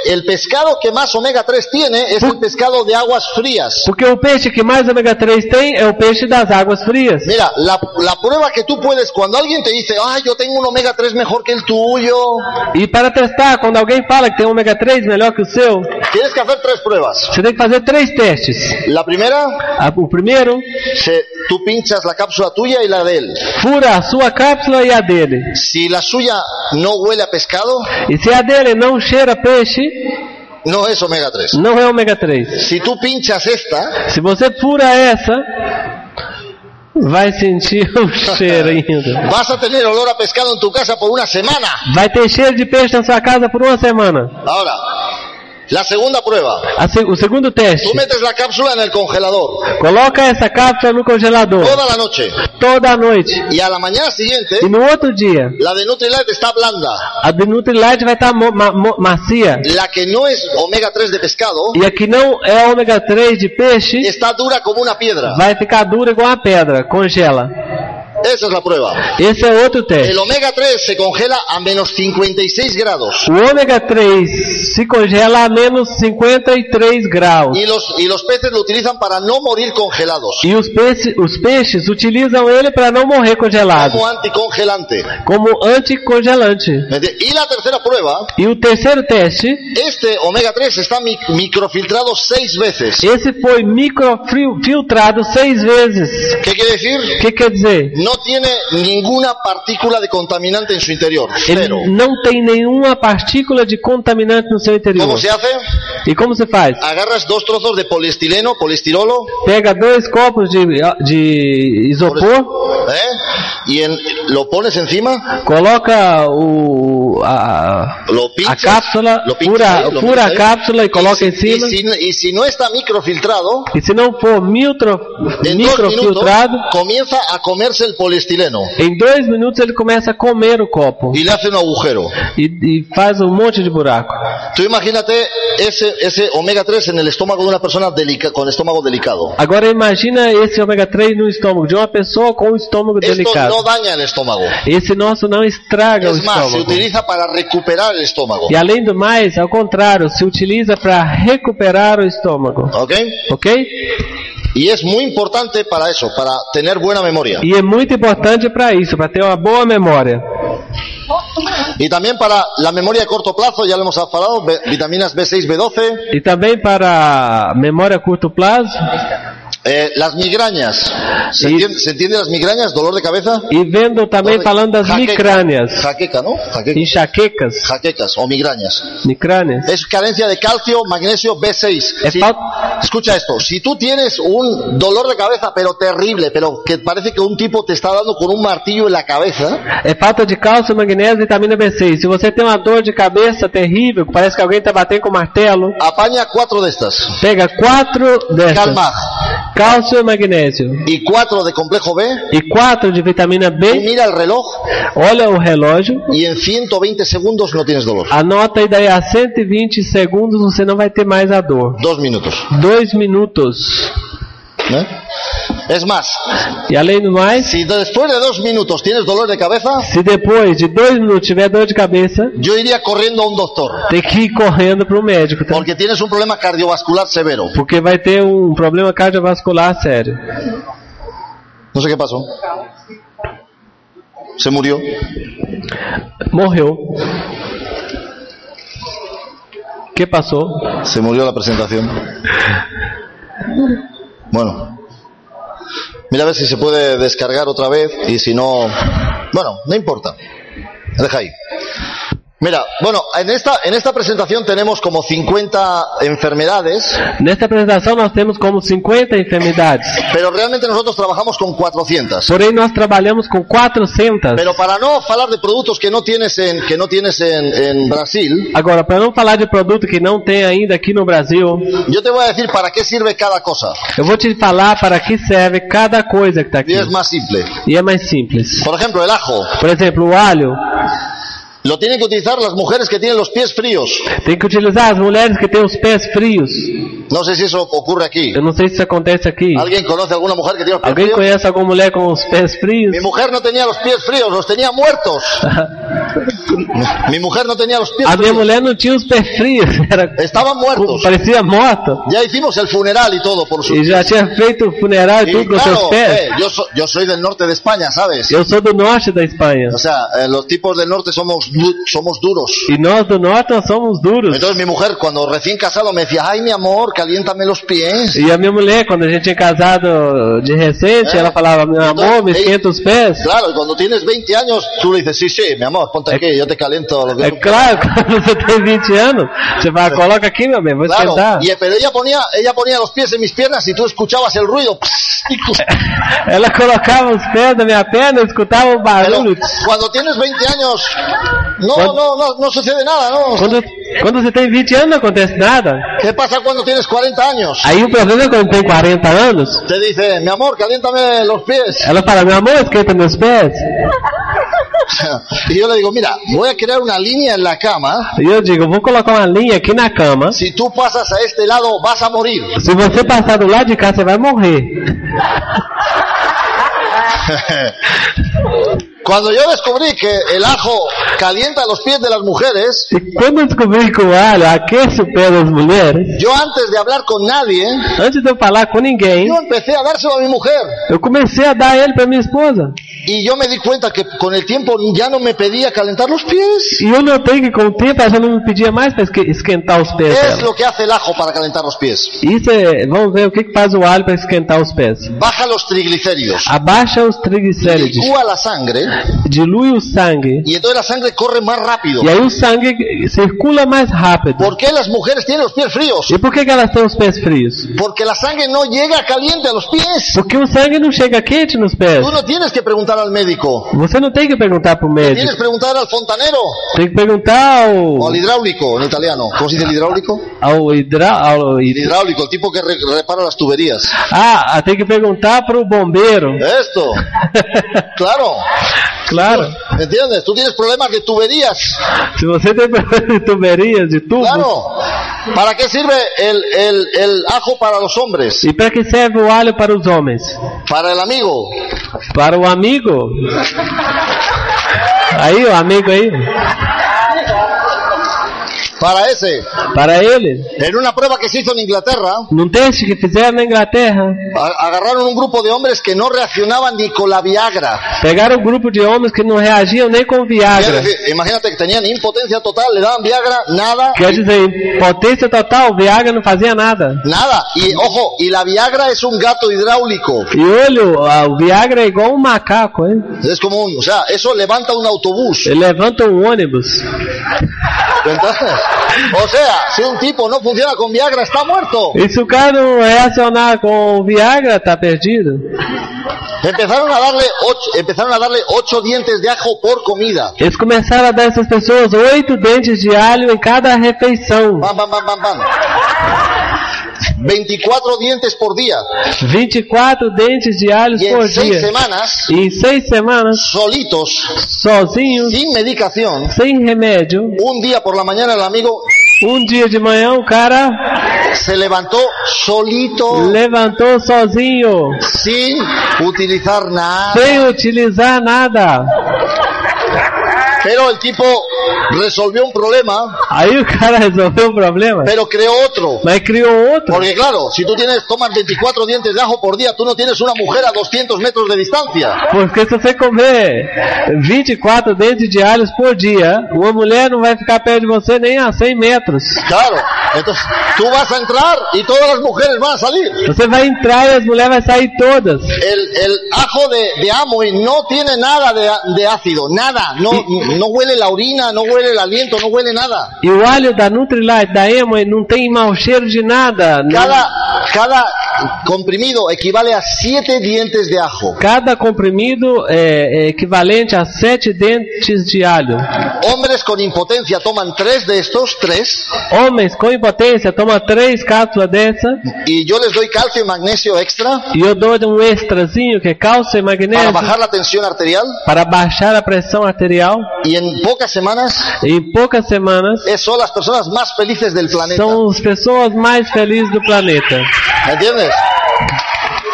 Speaker 2: el pescado que más omega 3 tiene es el pescado de aguas frías.
Speaker 3: Porque o peixe que mais ômega 3 tem é o peixe das águas frias.
Speaker 2: Mira, la, la prueba que tú puedes, cuando alguien te dice, ah, yo tengo un omega 3 mejor que el tuyo,
Speaker 3: E para testar, quando alguém fala que tem ômega 3 melhor que o seu,
Speaker 2: tienes que hacer tres pruebas.
Speaker 3: você tem que fazer três testes.
Speaker 2: La primera,
Speaker 3: A- O primeiro,
Speaker 2: se, tú pinchas la cápsula tuya y la de él.
Speaker 3: fura a sua cápsula e a dele.
Speaker 2: Si la suya no huele a pescado,
Speaker 3: E se a dele não cheira a peixe,
Speaker 2: no es omega 3.
Speaker 3: não é ômega 3.
Speaker 2: Si tú pinchas esta,
Speaker 3: Se você fura essa, vai sentir [laughs] o cheiro ainda.
Speaker 2: vas a tener olor a pescado en tu casa por una semana.
Speaker 3: Vai ter cheiro de peixe na sua casa por uma semana.
Speaker 2: Ahora, la segunda prueba.
Speaker 3: A se- o segundo
Speaker 2: Tú
Speaker 3: teste,
Speaker 2: metes la cápsula en el congelador
Speaker 3: coloca essa cápsula no congelador
Speaker 2: toda la noche
Speaker 3: toda a noite.
Speaker 2: y a la mañana siguiente
Speaker 3: E no outro dia,
Speaker 2: la de Nutrilite está blanda.
Speaker 3: a de Nutrilite vai estar mo- ma- mo- macia.
Speaker 2: La que no es omega 3 de pescado
Speaker 3: E aqui não é ômega 3 de peixe,
Speaker 2: está dura como una piedra.
Speaker 3: vai ficar dura igual a pedra, congela.
Speaker 2: Esa es la prueba.
Speaker 3: Esse é outro
Speaker 2: El
Speaker 3: teste.
Speaker 2: omega 3 se congela a menos 56 grados.
Speaker 3: O ômega 3 se congela a menos 53 graus.
Speaker 2: Y los, y los peces lo utilizan para no morir congelados.
Speaker 3: E os, peixe- os peixes utilizam ele para não morrer congelado,
Speaker 2: Como anticongelante.
Speaker 3: como anticongelante.
Speaker 2: ¿Me entiendes? Y la tercera prueba,
Speaker 3: E o terceiro teste,
Speaker 2: este omega 3 está mi- microfiltrado seis veces.
Speaker 3: esse foi microfiltrado seis vezes.
Speaker 2: ¿Qué quiere decir?
Speaker 3: O que quer dizer?
Speaker 2: No tiene ninguna partícula de contaminante en su interior.
Speaker 3: Ele
Speaker 2: Cero.
Speaker 3: não tem nenhuma partícula de contaminante no seu interior.
Speaker 2: ¿Cómo se hace?
Speaker 3: E como se faz?
Speaker 2: Agarras dos trozos de poliestileno, poliestirolo,
Speaker 3: Pega dois copos de, de isopor,
Speaker 2: ¿eh? y en- lo pones encima,
Speaker 3: coloca o, a,
Speaker 2: lo
Speaker 3: a
Speaker 2: pinchas,
Speaker 3: cápsula,
Speaker 2: lo pinchas
Speaker 3: fura,
Speaker 2: ahí, lo
Speaker 3: fura
Speaker 2: metes
Speaker 3: a
Speaker 2: ahí.
Speaker 3: cápsula e coloca em
Speaker 2: Y
Speaker 3: cima.
Speaker 2: si, y si no está microfiltrado,
Speaker 3: E se não for micro,
Speaker 2: en dos minutos
Speaker 3: microfiltrado,
Speaker 2: comienza a comerse el poliestileno
Speaker 3: em dois minutos ele começa a comer o copo
Speaker 2: y le hace un agujero.
Speaker 3: e, e faz um monte de buraco.
Speaker 2: Tú imagínate ese, ese omega 3 en el estómago de una persona delica- con estómago delicado.
Speaker 3: Agora imagina esse ômega 3 no estômago de uma pessoa com um estômago
Speaker 2: Esto
Speaker 3: delicado.
Speaker 2: no daña el estómago.
Speaker 3: Esse nosso não estraga o
Speaker 2: Es más, se
Speaker 3: estômago.
Speaker 2: utiliza para recuperar el estómago.
Speaker 3: E além do mais, ao contrário, se utiliza para recuperar o estômago.
Speaker 2: ¿Ok?
Speaker 3: Ok?
Speaker 2: Y es muy importante para eso, para tener buena memoria.
Speaker 3: E é muito importante para isso, para ter uma boa memória.
Speaker 2: Y también para la memoria a corto plazo, ya lo hemos hablado, ve- vitaminas B6, B12,
Speaker 3: E também para a memória a curto plazo.
Speaker 2: eh, las migrañas. ¿Se,
Speaker 3: Y-
Speaker 2: entiende, se entiende las migrañas? ¿Dolor de cabeza?
Speaker 3: E vendo
Speaker 2: Dolor
Speaker 3: também
Speaker 2: de-
Speaker 3: falando das
Speaker 2: jaqueca.
Speaker 3: micrâneas,
Speaker 2: Jaqueca, ¿no? Jaqueca.
Speaker 3: enxaquecas,
Speaker 2: Jaquecas o migrañas.
Speaker 3: micrâneas.
Speaker 2: Es carencia de calcio, magnesio, B6.
Speaker 3: Es
Speaker 2: Si-
Speaker 3: fal-
Speaker 2: escucha esto, si tú tienes un dolor de cabeza, pero terrible, pero que parece que un tipo te está dando con un martillo en la cabeza,
Speaker 3: É falta de cálcio, magnésio e vitamina B6. Se você tem uma dor de cabeça terrível, que parece que alguém está batendo com martelo,
Speaker 2: apaña cuatro de estas.
Speaker 3: pega quatro dessas.
Speaker 2: Calmag
Speaker 3: Cálcio e magnésio.
Speaker 2: y cuatro de complejo B.
Speaker 3: E quatro de vitamina
Speaker 2: Tú
Speaker 3: B.
Speaker 2: mira el reloj
Speaker 3: Olha o relógio.
Speaker 2: y en 120 segundos no tienes dolor.
Speaker 3: Anota e daí a 120 segundos você não vai ter mais a dor.
Speaker 2: Dos minutos.
Speaker 3: Dois minutos.
Speaker 2: ¿eh? Es más,
Speaker 3: E além do mais,
Speaker 2: si después de dos minutos tienes dolor de cabeza,
Speaker 3: se depois de dois minutos tiver dor de cabeça,
Speaker 2: yo iría corriendo a un doctor.
Speaker 3: tem que ir correndo para o médico, tá?
Speaker 2: Porque tienes un problema cardiovascular severo.
Speaker 3: Porque vai ter um problema cardiovascular sério.
Speaker 2: No sé qué pasó. Se murió.
Speaker 3: Morreu. que passou?
Speaker 2: Se murió la presentación. Bueno. Mira a ver si se puede descargar otra vez y si no... Bueno, no importa. Deja ahí. Mira, bueno, en esta, en esta presentación tenemos como 50 enfermedades,
Speaker 3: Nesta apresentação nós temos como 50 enfermidades.
Speaker 2: pero realmente nosotros trabajamos con 400.
Speaker 3: Porém nós trabalhamos com 400.
Speaker 2: Pero para no hablar de productos que no tienes en, que no tienes en, en Brasil,
Speaker 3: Agora, para não falar de produto que não tem ainda aqui no Brasil,
Speaker 2: yo te voy a decir para qué sirve cada cosa.
Speaker 3: eu vou te falar para que serve cada coisa que está
Speaker 2: Y
Speaker 3: aqui.
Speaker 2: es más simple.
Speaker 3: E é mais simples.
Speaker 2: Por ejemplo, el ajo.
Speaker 3: Por exemplo, o alho.
Speaker 2: Lo tienen que utilizar las mujeres que tienen los pies fríos.
Speaker 3: Tem que utilizar as mulheres que têm os pés frios.
Speaker 2: No sé si eso ocurre aquí.
Speaker 3: Eu não sei se isso acontece aqui.
Speaker 2: ¿Alguien conoce alguna mujer que tiene los pies
Speaker 3: Alguém
Speaker 2: fríos?
Speaker 3: conhece alguma mulher com os pés frios?
Speaker 2: Mi mujer no tenía los pies fríos, los tenía [laughs] muertos. Mi mujer no tenía los pies
Speaker 3: A minha
Speaker 2: fríos.
Speaker 3: mulher não tinha os pés frios, [laughs] era
Speaker 2: Estaban muertos.
Speaker 3: parecia morta.
Speaker 2: Ya hicimos el funeral y todo por su
Speaker 3: E já tinha feito o funeral
Speaker 2: Y
Speaker 3: e tudo com seus
Speaker 2: claro,
Speaker 3: pés.
Speaker 2: eh, yo, so- yo soy del norte de España, ¿sabes?
Speaker 3: Eu sou do norte da Espanha.
Speaker 2: O sea, eh, los tipos del norte somos, du- somos duros.
Speaker 3: E nós do norte nós somos duros.
Speaker 2: Entonces mi mujer cuando recién casado me decía, ay mi amor, caliéntame los pies.
Speaker 3: E a minha mulher, quando a gente tinha casado de recente,
Speaker 2: É.
Speaker 3: ela falava, meu amor, me
Speaker 2: Ei.
Speaker 3: esquenta os pés.
Speaker 2: Claro, y cuando tienes 20 años, tú le dices, sí, sí, mi amor, ponte aquí, yo te caliento lo que
Speaker 3: É
Speaker 2: tú
Speaker 3: claro, quando você tem 20 anos, você fala, coloca aqui, meu bem, vou
Speaker 2: É. Claro,
Speaker 3: esquentar.
Speaker 2: y, pero ella ponía, ella ponía los pies en mis piernas y tú escuchabas el ruido.
Speaker 3: Ela colocava os pés na minha perna, eu escutava o
Speaker 2: Pero
Speaker 3: barulho.
Speaker 2: cuando tienes 20 años, no,
Speaker 3: Cuando-
Speaker 2: no, no, no sucede nada, ¿no?
Speaker 3: Quando, quando você tem 20 anos não acontece nada.
Speaker 2: ¿Qué pasa cuando tienes 40 años?
Speaker 3: Aí o problema é quando tem 40 anos,
Speaker 2: Te dice, mi amor, caliéntame los pies. [laughs]
Speaker 3: ela fala, meu amor, esquenta meus pés.
Speaker 2: Y yo le digo, mira, voy a crear una línea en la cama.
Speaker 3: E eu digo, vou colocar uma linha aqui na cama.
Speaker 2: Si tú pasas a este lado, vas a morir.
Speaker 3: Se você passar do lado de cá, você vai morrer.
Speaker 2: Cuando yo descobrí que el ajo calienta los pies de las mujeres,
Speaker 3: E quando eu descobri que o alho aquece o pé das mulheres,
Speaker 2: yo antes de hablar con nadie,
Speaker 3: antes de eu falar com ninguém,
Speaker 2: yo empecé a dárselo a mi mujer.
Speaker 3: eu comecei a dar ele pra minha esposa.
Speaker 2: Y yo me di cuenta que con el tiempo ya no me pedía calentar los pies.
Speaker 3: E eu notei que com o tempo ela já não me pedia mais pra esque- esquentar os
Speaker 2: ¿Qué
Speaker 3: pés
Speaker 2: es
Speaker 3: dela.
Speaker 2: lo que hace el ajo para calentar los pies?
Speaker 3: Isso é, vamos ver o que, que faz o alho para esquentar os pés.
Speaker 2: Baja los triglicéridos,
Speaker 3: Ah, Abaixa os triglicérides,
Speaker 2: licúa la sangre
Speaker 3: dilui o sangue,
Speaker 2: y entonces la sangre corre más rápido.
Speaker 3: e aí o sangue circula mais rápido.
Speaker 2: ¿Por qué las mujeres tienen los pies fríos?
Speaker 3: E por que, que elas têm os pés frios?
Speaker 2: Porque la sangre no llega caliente a los pies.
Speaker 3: Porque o sangue não chega quente nos pés.
Speaker 2: Tú no tienes que preguntar al médico.
Speaker 3: Você não tem que perguntar pro
Speaker 2: Tienes
Speaker 3: médico,
Speaker 2: que preguntar al fontanero
Speaker 3: tem que perguntar
Speaker 2: o
Speaker 3: ao,
Speaker 2: al hidráulico en italiano. ¿Cómo se dice el hidráulico?
Speaker 3: ao, hidra, ao
Speaker 2: El
Speaker 3: hid-
Speaker 2: hidráulico, el tipo que re- repara las tuberías.
Speaker 3: Ah, tem que perguntar pro bombeiro.
Speaker 2: Esto, claro,
Speaker 3: [laughs] claro.
Speaker 2: ¿entiendes? Tú tienes problemas de tuberías.
Speaker 3: Se você tem problema de tuberias, de tubo.
Speaker 2: Claro. ¿Para qué sirve el, el- el ajo para los hombres?
Speaker 3: E para que serve o alho para os homens?
Speaker 2: Para el amigo.
Speaker 3: Para o amigo. Aí, o amigo aí.
Speaker 2: Para ese.
Speaker 3: Para ele.
Speaker 2: En una prueba que se hizo en Inglaterra,
Speaker 3: Num teste que fizeram na Inglaterra,
Speaker 2: a- agarraron un grupo de hombres que no reaccionaban ni con la Viagra.
Speaker 3: pegaram um grupo de homens que não reagiam nem com
Speaker 2: Quiero
Speaker 3: Viagra.
Speaker 2: decir, imagínate que tenían impotencia total, le daban Viagra, nada,
Speaker 3: Quer dizer, potência total, Viagra não fazia nada.
Speaker 2: nada. Y ojo, y la Viagra es un gato hidráulico.
Speaker 3: E olho, a- o Viagra é igual um macaco, hein?
Speaker 2: Es como un, o sea, eso levanta un autobús.
Speaker 3: Ele levanta um ônibus.
Speaker 2: Entonces, o sea, si un tipo no funciona con Viagra, está muerto.
Speaker 3: E se o cara não reacionar com o Viagra, tá perdido.
Speaker 2: Empezaron a darle ocho, empezaron a darle ocho dientes de ajo por comida.
Speaker 3: Eles começaram a dar a essas pessoas oito dentes de alho em cada refeição.
Speaker 2: Pam, pam, pam, pam, pam. 24 dientes por día.
Speaker 3: 24 dentes de alho
Speaker 2: Y
Speaker 3: por
Speaker 2: en seis
Speaker 3: dia.
Speaker 2: semanas,
Speaker 3: E em seis semanas,
Speaker 2: solitos,
Speaker 3: sozinhos,
Speaker 2: sin medicación,
Speaker 3: sem remédio,
Speaker 2: un día por la mañana el amigo
Speaker 3: um dia de manhã o cara
Speaker 2: se levantó solito,
Speaker 3: levantou sozinho,
Speaker 2: sin utilizar nada.
Speaker 3: sem utilizar nada.
Speaker 2: Pero el tipo resolvió un problema,
Speaker 3: Aí o cara resolveu o problema,
Speaker 2: pero creó otro.
Speaker 3: mas criou outro.
Speaker 2: Porque claro, si tú tienes, tomas 24 dientes de ajo por día, tú no tienes una mujer a 200 metros de distancia.
Speaker 3: Porque se você comer 24 dentes de alhos por dia, uma mulher não vai ficar perto de você nem a 100 metros.
Speaker 2: Claro, entonces tú vas a entrar y todas las mujeres van a salir.
Speaker 3: Você vai entrar e as mulheres vão sair todas.
Speaker 2: El, el ajo de, de Amoy no tiene nada de, de ácido, nada. No, no huele la orina, no huele el aliento, no huele nada.
Speaker 3: E o alho da Nutrilite, da Emma, não tem mau cheiro de nada. não-
Speaker 2: Cada, cada comprimido equivale a siete dientes de ajo.
Speaker 3: Cada comprimido é, é equivalente a sete dentes de alho.
Speaker 2: Hombres con impotencia toman tres de estos, tres,
Speaker 3: Homens com impotência tomam três cápsulas dessa
Speaker 2: y yo les doy calcio y magnesio extra
Speaker 3: e eu dou um extrazinho que é cálcio e
Speaker 2: para
Speaker 3: magnésio
Speaker 2: bajar la tensión arterial
Speaker 3: para baixar a pressão arterial.
Speaker 2: y en pocas semanas
Speaker 3: Em poucas semanas
Speaker 2: eh, son las personas más felices del planeta.
Speaker 3: são as pessoas mais felizes do planeta.
Speaker 2: ¿Me entiendes?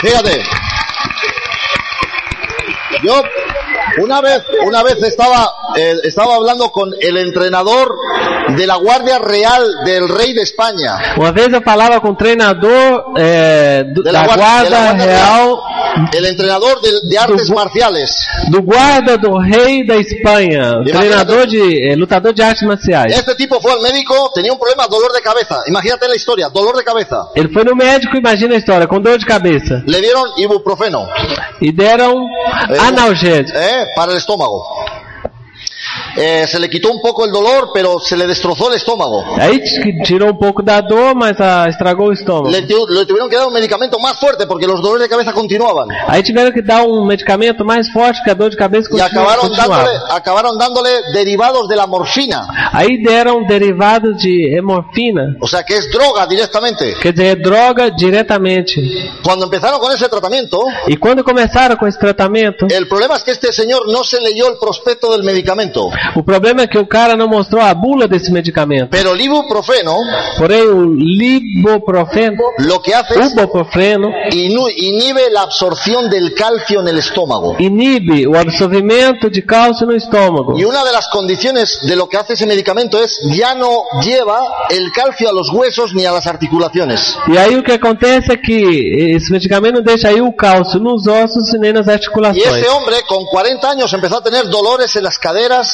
Speaker 2: Fíjate. Yo una vez, una vez estaba, eh, estaba hablando con el entrenador de la Guardia Real del Rey de España.
Speaker 3: Uma vez eu falava com um treinador é, do-
Speaker 2: De la
Speaker 3: da
Speaker 2: guarda- de la
Speaker 3: guarda
Speaker 2: guarda
Speaker 3: real,
Speaker 2: El entrenador de, de artes marciales.
Speaker 3: do guarda do rei da Espanha, um
Speaker 2: Imagina-
Speaker 3: treinador de é, lutador de artes marciais.
Speaker 2: Este tipo fue al médico, tenía un problema, dolor de cabeza. Imagínate la historia, dolor de cabeza.
Speaker 3: Ele foi no médico, imagina a história, com dor de cabeça
Speaker 2: Le dieron ibuprofeno.
Speaker 3: e deram
Speaker 2: É.
Speaker 3: analgésico
Speaker 2: ¿eh? Para el estómago. Eh, se le quitó un poco el dolor, pero se le destrozó el estómago.
Speaker 3: Aí t- que tirou um pouco da dor, mas ah, estragou o
Speaker 2: Le,
Speaker 3: estômago.
Speaker 2: tu- le tuvieron que dar un medicamento más fuerte porque los dolores de cabeza continuaban.
Speaker 3: Aí tiveron que dar um medicamento mais forte que a dor de cabeça
Speaker 2: Y
Speaker 3: continua-
Speaker 2: acabaron dándole,
Speaker 3: continuava.
Speaker 2: acabaron dándole derivados de la morfina.
Speaker 3: Aí deram um derivado de hemorfina,
Speaker 2: O sea, que es droga directamente.
Speaker 3: quer dizer, é droga diretamente.
Speaker 2: Cuando empezaron con ese tratamiento,
Speaker 3: E quando começaram com esse tratamento,
Speaker 2: el problema es que este señor no se leyó el prospecto del medicamento.
Speaker 3: o problema é que o cara não mostrou a bula desse medicamento.
Speaker 2: Pero el ibuprofeno
Speaker 3: Porém, o liboprofeno,
Speaker 2: lo que hace es
Speaker 3: ibuprofeno,
Speaker 2: inu- inhibe la absorción del calcio en el estómago.
Speaker 3: inibe o absorvimento de cálcio no estômago.
Speaker 2: Y una de las condiciones de lo que hace esse medicamento es ya no lleva el calcio a los huesos ni a las articulaciones.
Speaker 3: E aí o que acontece é que esse medicamento não deixa aí o cálcio nos ossos e é nem nas
Speaker 2: Y
Speaker 3: articulações.
Speaker 2: este hombre con 40 años empezó a tener dolores en las caderas,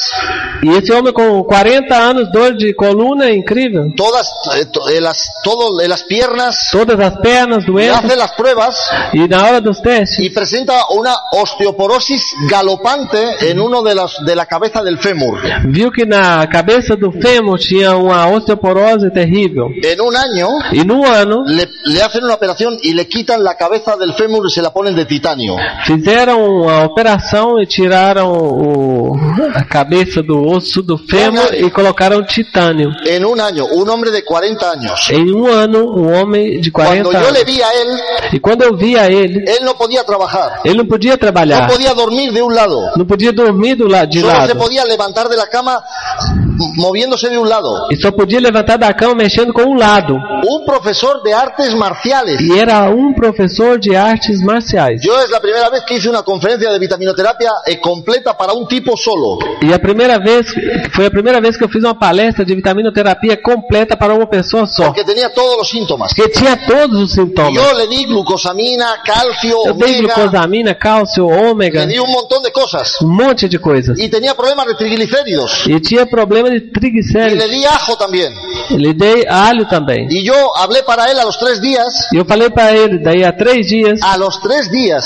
Speaker 3: E esse homem com 40 anos, dor de coluna, é incrível.
Speaker 2: todas eh, to- en las, todo, en las piernas,
Speaker 3: Todas as pernas
Speaker 2: le
Speaker 3: doentes.
Speaker 2: hace las pruebas
Speaker 3: E na hora dos testes,
Speaker 2: y presenta una osteoporosis galopante en uno de las de la cabeza del fémur.
Speaker 3: viu que na cabeça do fêmur tinha uma osteoporose terrível.
Speaker 2: En un año
Speaker 3: E no ano,
Speaker 2: le, le hacen una operación y le quitan la cabeza del fémur y se la ponen de titanio.
Speaker 3: fizeram uma operação e tiraram o, a cabeça do osso do fêmur e colocaram titânio.
Speaker 2: En un año, un hombre de 40 años.
Speaker 3: Em um ano, um homem de
Speaker 2: Cuando
Speaker 3: 40
Speaker 2: yo
Speaker 3: anos.
Speaker 2: le vi a él,
Speaker 3: E quando eu via ele,
Speaker 2: él no podía trabajar,
Speaker 3: Ele não podia
Speaker 2: no
Speaker 3: trabalhar,
Speaker 2: podía dormir de un lado.
Speaker 3: não podia dormir do la de
Speaker 2: Solo se
Speaker 3: lado.
Speaker 2: podía levantar de la cama m- moviéndose de un lado.
Speaker 3: E só podia levantar da cama mexendo com um lado.
Speaker 2: Un profesor de artes marciales.
Speaker 3: E era um professor de artes marciais.
Speaker 2: Yo es la primera vez que hice una conferencia de vitaminoterapia eh, completa para un tipo solo.
Speaker 3: E a primeira vez, foi a primeira vez que eu fiz uma palestra de vitaminoterapia completa para uma pessoa só.
Speaker 2: Porque tenía todos los síntomas.
Speaker 3: Porque tinha todos os
Speaker 2: Y
Speaker 3: sintomas.
Speaker 2: Yo le di glucosamina, calcio,
Speaker 3: Eu dei
Speaker 2: omega,
Speaker 3: glucosamina, cálcio, ômega,
Speaker 2: le di un montón de cosas.
Speaker 3: um monte de coisas.
Speaker 2: Y tenía problemas de triglicéridos.
Speaker 3: E tinha problema de
Speaker 2: Y le
Speaker 3: triglicéridos.
Speaker 2: di ajo también.
Speaker 3: Ele dei alho também.
Speaker 2: Y yo hablé para él a los tres días.
Speaker 3: E eu falei pra ele, daí há três dias.
Speaker 2: A los tres días.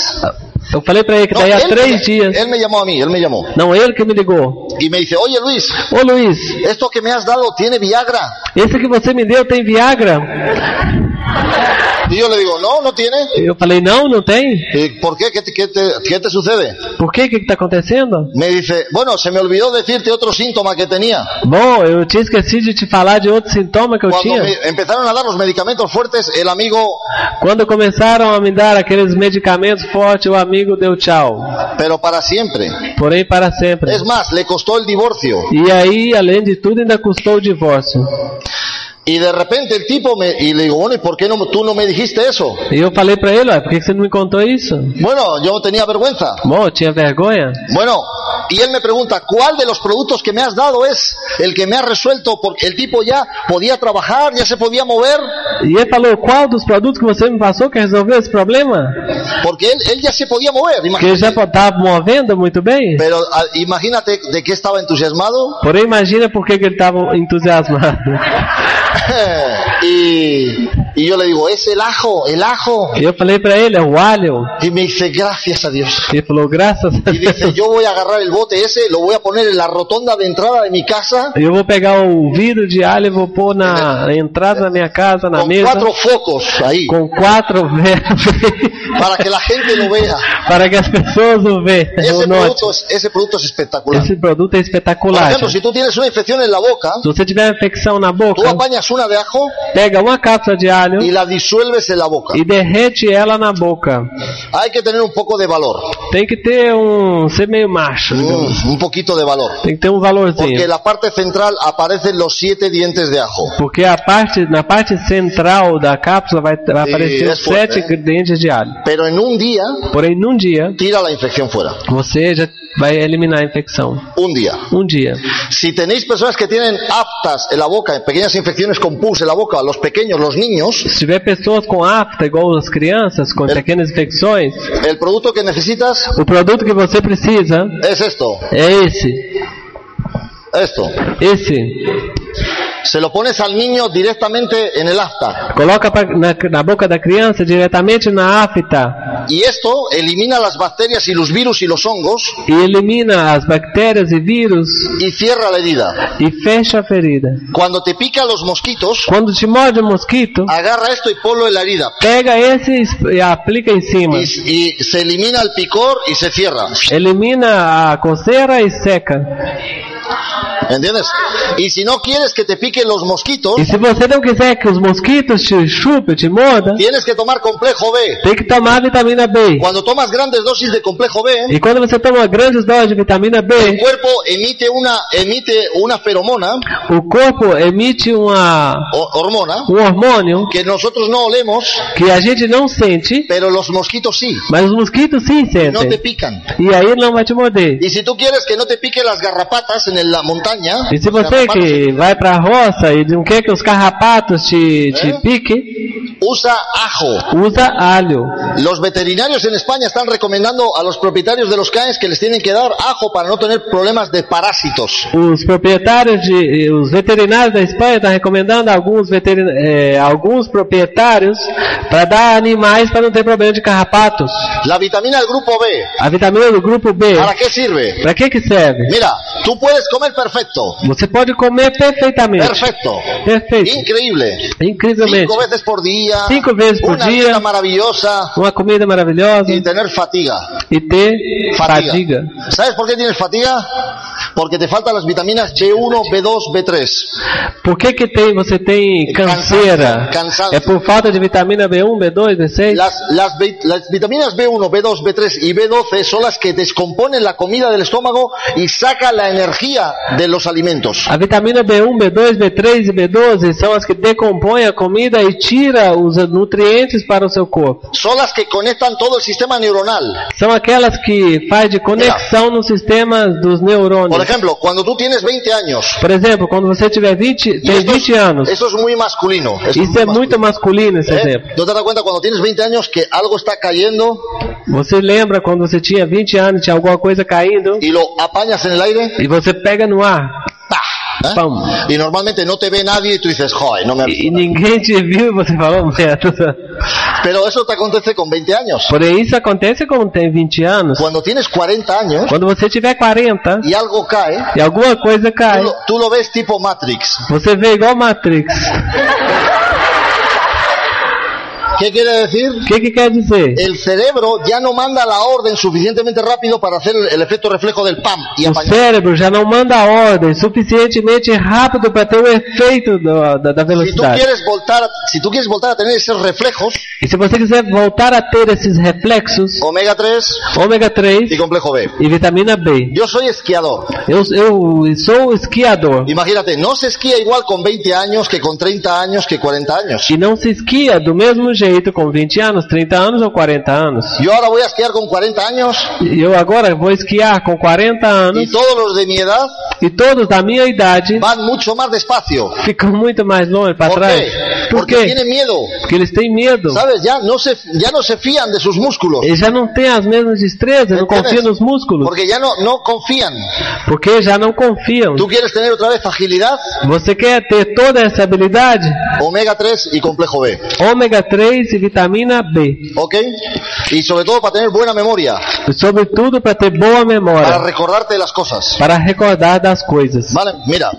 Speaker 3: Eu falei pra ele que
Speaker 2: No,
Speaker 3: daí há
Speaker 2: él,
Speaker 3: três
Speaker 2: me,
Speaker 3: dias.
Speaker 2: él me llamó a mí, él me llamó.
Speaker 3: Não, ele que me ligou.
Speaker 2: Y me dice, oye Luis,
Speaker 3: Ô Luiz,
Speaker 2: esto que me has dado tiene Viagra.
Speaker 3: esse que você me deu tem Viagra?
Speaker 2: Y yo le digo, no, no tiene.
Speaker 3: Eu falei, não, não tem.
Speaker 2: Eh, ¿Por quê? ¿Qué te, qué te- qué te sucede?
Speaker 3: Por quê? O que está acontecendo?
Speaker 2: Me dice, bueno, se me olvidó decirte otro síntoma que tenía.
Speaker 3: Bom, eu tinha esquecido de te falar de outro sintoma que eu
Speaker 2: Cuando
Speaker 3: tinha.
Speaker 2: me empezaron a dar los medicamentos fuertes, el amigo,
Speaker 3: Quando começaram a me dar aqueles medicamentos fortes, o amigo deu tchau.
Speaker 2: pero para siempre.
Speaker 3: Porém, para sempre.
Speaker 2: Es más, le costó el divorcio.
Speaker 3: E aí, além de tudo, ainda custou o divórcio.
Speaker 2: Y de repente el tipo me, y le digo, bueno, ¿y por qué no, tú no me dijiste eso?
Speaker 3: E eu falei pra ele, ué, por que que você não me contou isso?
Speaker 2: Bueno, yo tenía vergüenza.
Speaker 3: Bom, eu tinha vergonha.
Speaker 2: Bueno, y él me pregunta, ¿cuál de los productos que me has dado es el que me ha resuelto? Porque el tipo ya podía trabajar, ya se podía mover,
Speaker 3: E ele falou, qual dos produtos que você me passou que resolveu esse problema?
Speaker 2: porque él, él ya se podía mover.
Speaker 3: Que ele
Speaker 2: imagínate.
Speaker 3: já estava movendo muito bem.
Speaker 2: Pero ah, imagínate de qué estaba entusiasmado. [laughs]
Speaker 3: Porém, imagina por que, que ele estava entusiasmado.
Speaker 2: Y, y yo le digo, es el ajo, el ajo.
Speaker 3: [laughs] E eu falei pra ele, é o alho.
Speaker 2: Y me dice, gracias a Dios.
Speaker 3: Ele falou, graças a
Speaker 2: Y dice,
Speaker 3: Deus.
Speaker 2: yo voy a agarrar el bote ese, lo voy a poner en la rotonda de entrada de mi casa
Speaker 3: Eu vou pegar o vidro de alho e vou pôr
Speaker 2: [laughs]
Speaker 3: na entrada da minha casa, na
Speaker 2: con
Speaker 3: mesa,
Speaker 2: cuatro focos ahí, [laughs]
Speaker 3: com quatro verbas,
Speaker 2: para que la gente lo vea.
Speaker 3: para que as pessoas o vejam.
Speaker 2: Ese
Speaker 3: o notem.
Speaker 2: producto, es, ese producto es espectacular.
Speaker 3: Esse produto é
Speaker 2: Por
Speaker 3: espetacular.
Speaker 2: ejemplo,
Speaker 3: gente.
Speaker 2: si tú tienes una infección en la boca,
Speaker 3: Se você tiver infecção na boca,
Speaker 2: tú apañas una de ajo
Speaker 3: pega uma cápsula de alho
Speaker 2: y la disuelves en la boca.
Speaker 3: e derrete ela na boca.
Speaker 2: Hay que tener un poco de valor,
Speaker 3: Tem que ter um. ser meio macho. digamos. assim.
Speaker 2: un, un poquito de valor.
Speaker 3: Tem que ter um
Speaker 2: Hum. Porque
Speaker 3: valorzinho.
Speaker 2: en la parte central aparecen los siete dientes de ajo.
Speaker 3: Porque a parte, na parte central da cápsula vai, vai
Speaker 2: E
Speaker 3: aparecer os
Speaker 2: é forte,
Speaker 3: sete
Speaker 2: né?
Speaker 3: ingredientes de alho.
Speaker 2: Pero en un día
Speaker 3: Porém, num dia,
Speaker 2: tira la infección fuera.
Speaker 3: você já vai eliminar a infecção.
Speaker 2: Un día.
Speaker 3: Um dia.
Speaker 2: Si tenéis personas que tienen aptas en la boca, pequeñas infecciones con pus en la boca, los pequeños, los niños,
Speaker 3: Se tiver pessoas com afta, igual as crianças, com pequenas infecções,
Speaker 2: el producto que necesitas
Speaker 3: o produto que você precisa
Speaker 2: es esto,
Speaker 3: é esse.
Speaker 2: esto.
Speaker 3: Esse.
Speaker 2: Se lo pones al niño directamente en el afta.
Speaker 3: Coloca pra- na, na boca da criança diretamente na afta
Speaker 2: Y esto elimina las bacterias y los virus y los hongos
Speaker 3: e elimina as bactérias e vírus
Speaker 2: y cierra la herida.
Speaker 3: e fecha a ferida.
Speaker 2: Cuando te pican los mosquitos,
Speaker 3: Quando te morde um mosquito,
Speaker 2: agarra esto y ponlo en la herida.
Speaker 3: pega esse e esp- e aplica em cima.
Speaker 2: Y, y se elimina el picor y se cierra.
Speaker 3: Elimina a coceira e seca.
Speaker 2: ¿Entiendes? Y si no quieres que te piquen los mosquitos,
Speaker 3: E se você não quiser que os mosquitos te chupem, te mordam,
Speaker 2: tienes que tomar complejo B.
Speaker 3: tem que tomar vitamina B.
Speaker 2: Cuando tomas grandes dosis de complejo B,
Speaker 3: E quando você toma grandes doses de vitamina
Speaker 2: el
Speaker 3: B,
Speaker 2: cuerpo emite una, emite una feromona,
Speaker 3: o corpo emite uma,
Speaker 2: o- hormona,
Speaker 3: um hormônio
Speaker 2: que nosotros no olemos,
Speaker 3: que a gente não sente,
Speaker 2: pero los mosquitos sí.
Speaker 3: mas os mosquitos sim
Speaker 2: No te
Speaker 3: sentem.
Speaker 2: pican.
Speaker 3: E aí ele não vai te morder.
Speaker 2: Y si tú quieres que no te piquen las garrapatas en el- la montaña,
Speaker 3: E se você
Speaker 2: garrapatas,
Speaker 3: que vai pra roça e não quer que os carrapatos te, te piquem,
Speaker 2: usa ajo.
Speaker 3: usa alho.
Speaker 2: Los veterinarios en España están recomendando a los propietarios de los canes que les tienen que dar ajo para no tener problemas de parásitos.
Speaker 3: Os proprietários de, eh, os veterinários da Espanha estão recomendando alguns, veterin, eh, alguns proprietários para dar animais para não ter problema de carrapatos.
Speaker 2: La vitamina del grupo B,
Speaker 3: A vitamina do grupo B,
Speaker 2: ¿para qué sirve?
Speaker 3: para que que serve?
Speaker 2: Mira, tú puedes comer perfecto,
Speaker 3: Você pode comer perfeitamente.
Speaker 2: perfecto,
Speaker 3: Perfeito.
Speaker 2: increíble,
Speaker 3: Incrivelmente.
Speaker 2: cinco veces por día,
Speaker 3: Cinco veces por
Speaker 2: una
Speaker 3: día.
Speaker 2: dieta maravillosa
Speaker 3: Uma comida maravilhosa
Speaker 2: y tener fatiga.
Speaker 3: e ter fadiga.
Speaker 2: ¿Sabes por qué tienes fatiga? Porque te faltan las vitaminas B1, B2, B3.
Speaker 3: Por que, que tem, você tem
Speaker 2: É Cansaço,
Speaker 3: canseira?
Speaker 2: cansaço.
Speaker 3: É por falta de vitamina B1, B2, B6?
Speaker 2: Las, las vi- las vitaminas B1, B2, B3 y B12 son las que descomponen la comida del estómago y sacan la energía de los alimentos.
Speaker 3: A vitamina B1, B2, B3 e B12 são as que decompõem a comida e tira os nutrientes para o seu corpo.
Speaker 2: Son las que conectan todo el sistema neuronal.
Speaker 3: São aquelas que faz de conexão no sistema dos
Speaker 2: Por
Speaker 3: neurônios.
Speaker 2: ejemplo, cuando tú tienes 20 años,
Speaker 3: Por exemplo, quando você tiver 20,
Speaker 2: y
Speaker 3: tem
Speaker 2: esto,
Speaker 3: 20
Speaker 2: es,
Speaker 3: anos.
Speaker 2: esto es muy masculino. esto es muy
Speaker 3: Isso é
Speaker 2: masculino.
Speaker 3: muito masculino, esse exemplo.
Speaker 2: ¿Eh? ¿No te das cuenta cuando tienes 20 años que algo está cayendo
Speaker 3: Você lembra quando você tinha 20 anos, tinha alguma coisa caindo
Speaker 2: y lo apañas en el aire?
Speaker 3: e você pega no ar
Speaker 2: ¿Eh?
Speaker 3: Pam.
Speaker 2: Y normalmente no te ve nadie y tú dices, joder, no me... ha-".
Speaker 3: e ninguém te viu e você falou merda.
Speaker 2: Pero eso te acontece con 20 años.
Speaker 3: Porém, isso acontece quando tem 20 anos.
Speaker 2: Cuando tienes 40 años
Speaker 3: Quando você tiver 40
Speaker 2: y algo cae,
Speaker 3: e alguma coisa
Speaker 2: tú
Speaker 3: cai,
Speaker 2: lo, tú lo ves tipo Matrix.
Speaker 3: você vê igual Matrix.
Speaker 2: ¿Qué quiere decir?
Speaker 3: O que, que quer dizer?
Speaker 2: El cerebro ya no manda la orden suficientemente rápido para hacer el, el efecto reflejo del PAM y
Speaker 3: O
Speaker 2: apañar.
Speaker 3: cérebro já não manda a ordem suficientemente rápido para ter o efeito do- da, da
Speaker 2: Si tú
Speaker 3: velocidade.
Speaker 2: quieres voltar, a- si tú quieres voltar a tener esos reflejos,
Speaker 3: E se você quiser voltar a ter esses reflexos,
Speaker 2: omega 3
Speaker 3: ômega 3
Speaker 2: y complejo B.
Speaker 3: e vitamina B.
Speaker 2: Yo soy esquiador.
Speaker 3: Eu, eu sou um esquiador.
Speaker 2: Imagínate, no se esquía igual con 20 años que con 30 años que 40 años.
Speaker 3: E não se esquia do mesmo jeito com 20 anos, 30 anos ou 40 anos.
Speaker 2: Yo ahora voy a esquiar con 40 años
Speaker 3: E Eu agora vou esquiar com 40
Speaker 2: y
Speaker 3: anos
Speaker 2: todos los de mi edad
Speaker 3: e todos da minha idade
Speaker 2: van mucho más despacio.
Speaker 3: ficam muito mais longe para
Speaker 2: ¿Por
Speaker 3: trás.
Speaker 2: qué?
Speaker 3: Por
Speaker 2: porque
Speaker 3: quê?
Speaker 2: tiene miedo.
Speaker 3: Porque eles têm medo.
Speaker 2: ¿Sabes? Ya no, se, ya no se fían de sus músculos.
Speaker 3: Eles já não têm as mesmas destrezas, não
Speaker 2: Entendeu?
Speaker 3: confiam nos músculos,
Speaker 2: Porque ya no, no confían.
Speaker 3: porque já não confiam.
Speaker 2: ¿Tú quieres tener otra vez agilidad?
Speaker 3: Você quer ter toda essa habilidade?
Speaker 2: Omega 3 y complejo B.
Speaker 3: Ômega 3 e vitamina B.
Speaker 2: ¿Ok? Y sobre todo para tener buena memoria.
Speaker 3: E sobretudo para ter
Speaker 2: Para
Speaker 3: boa memória,
Speaker 2: recordarte de las cosas.
Speaker 3: para recordar das coisas.
Speaker 2: ¿Vale? Mira,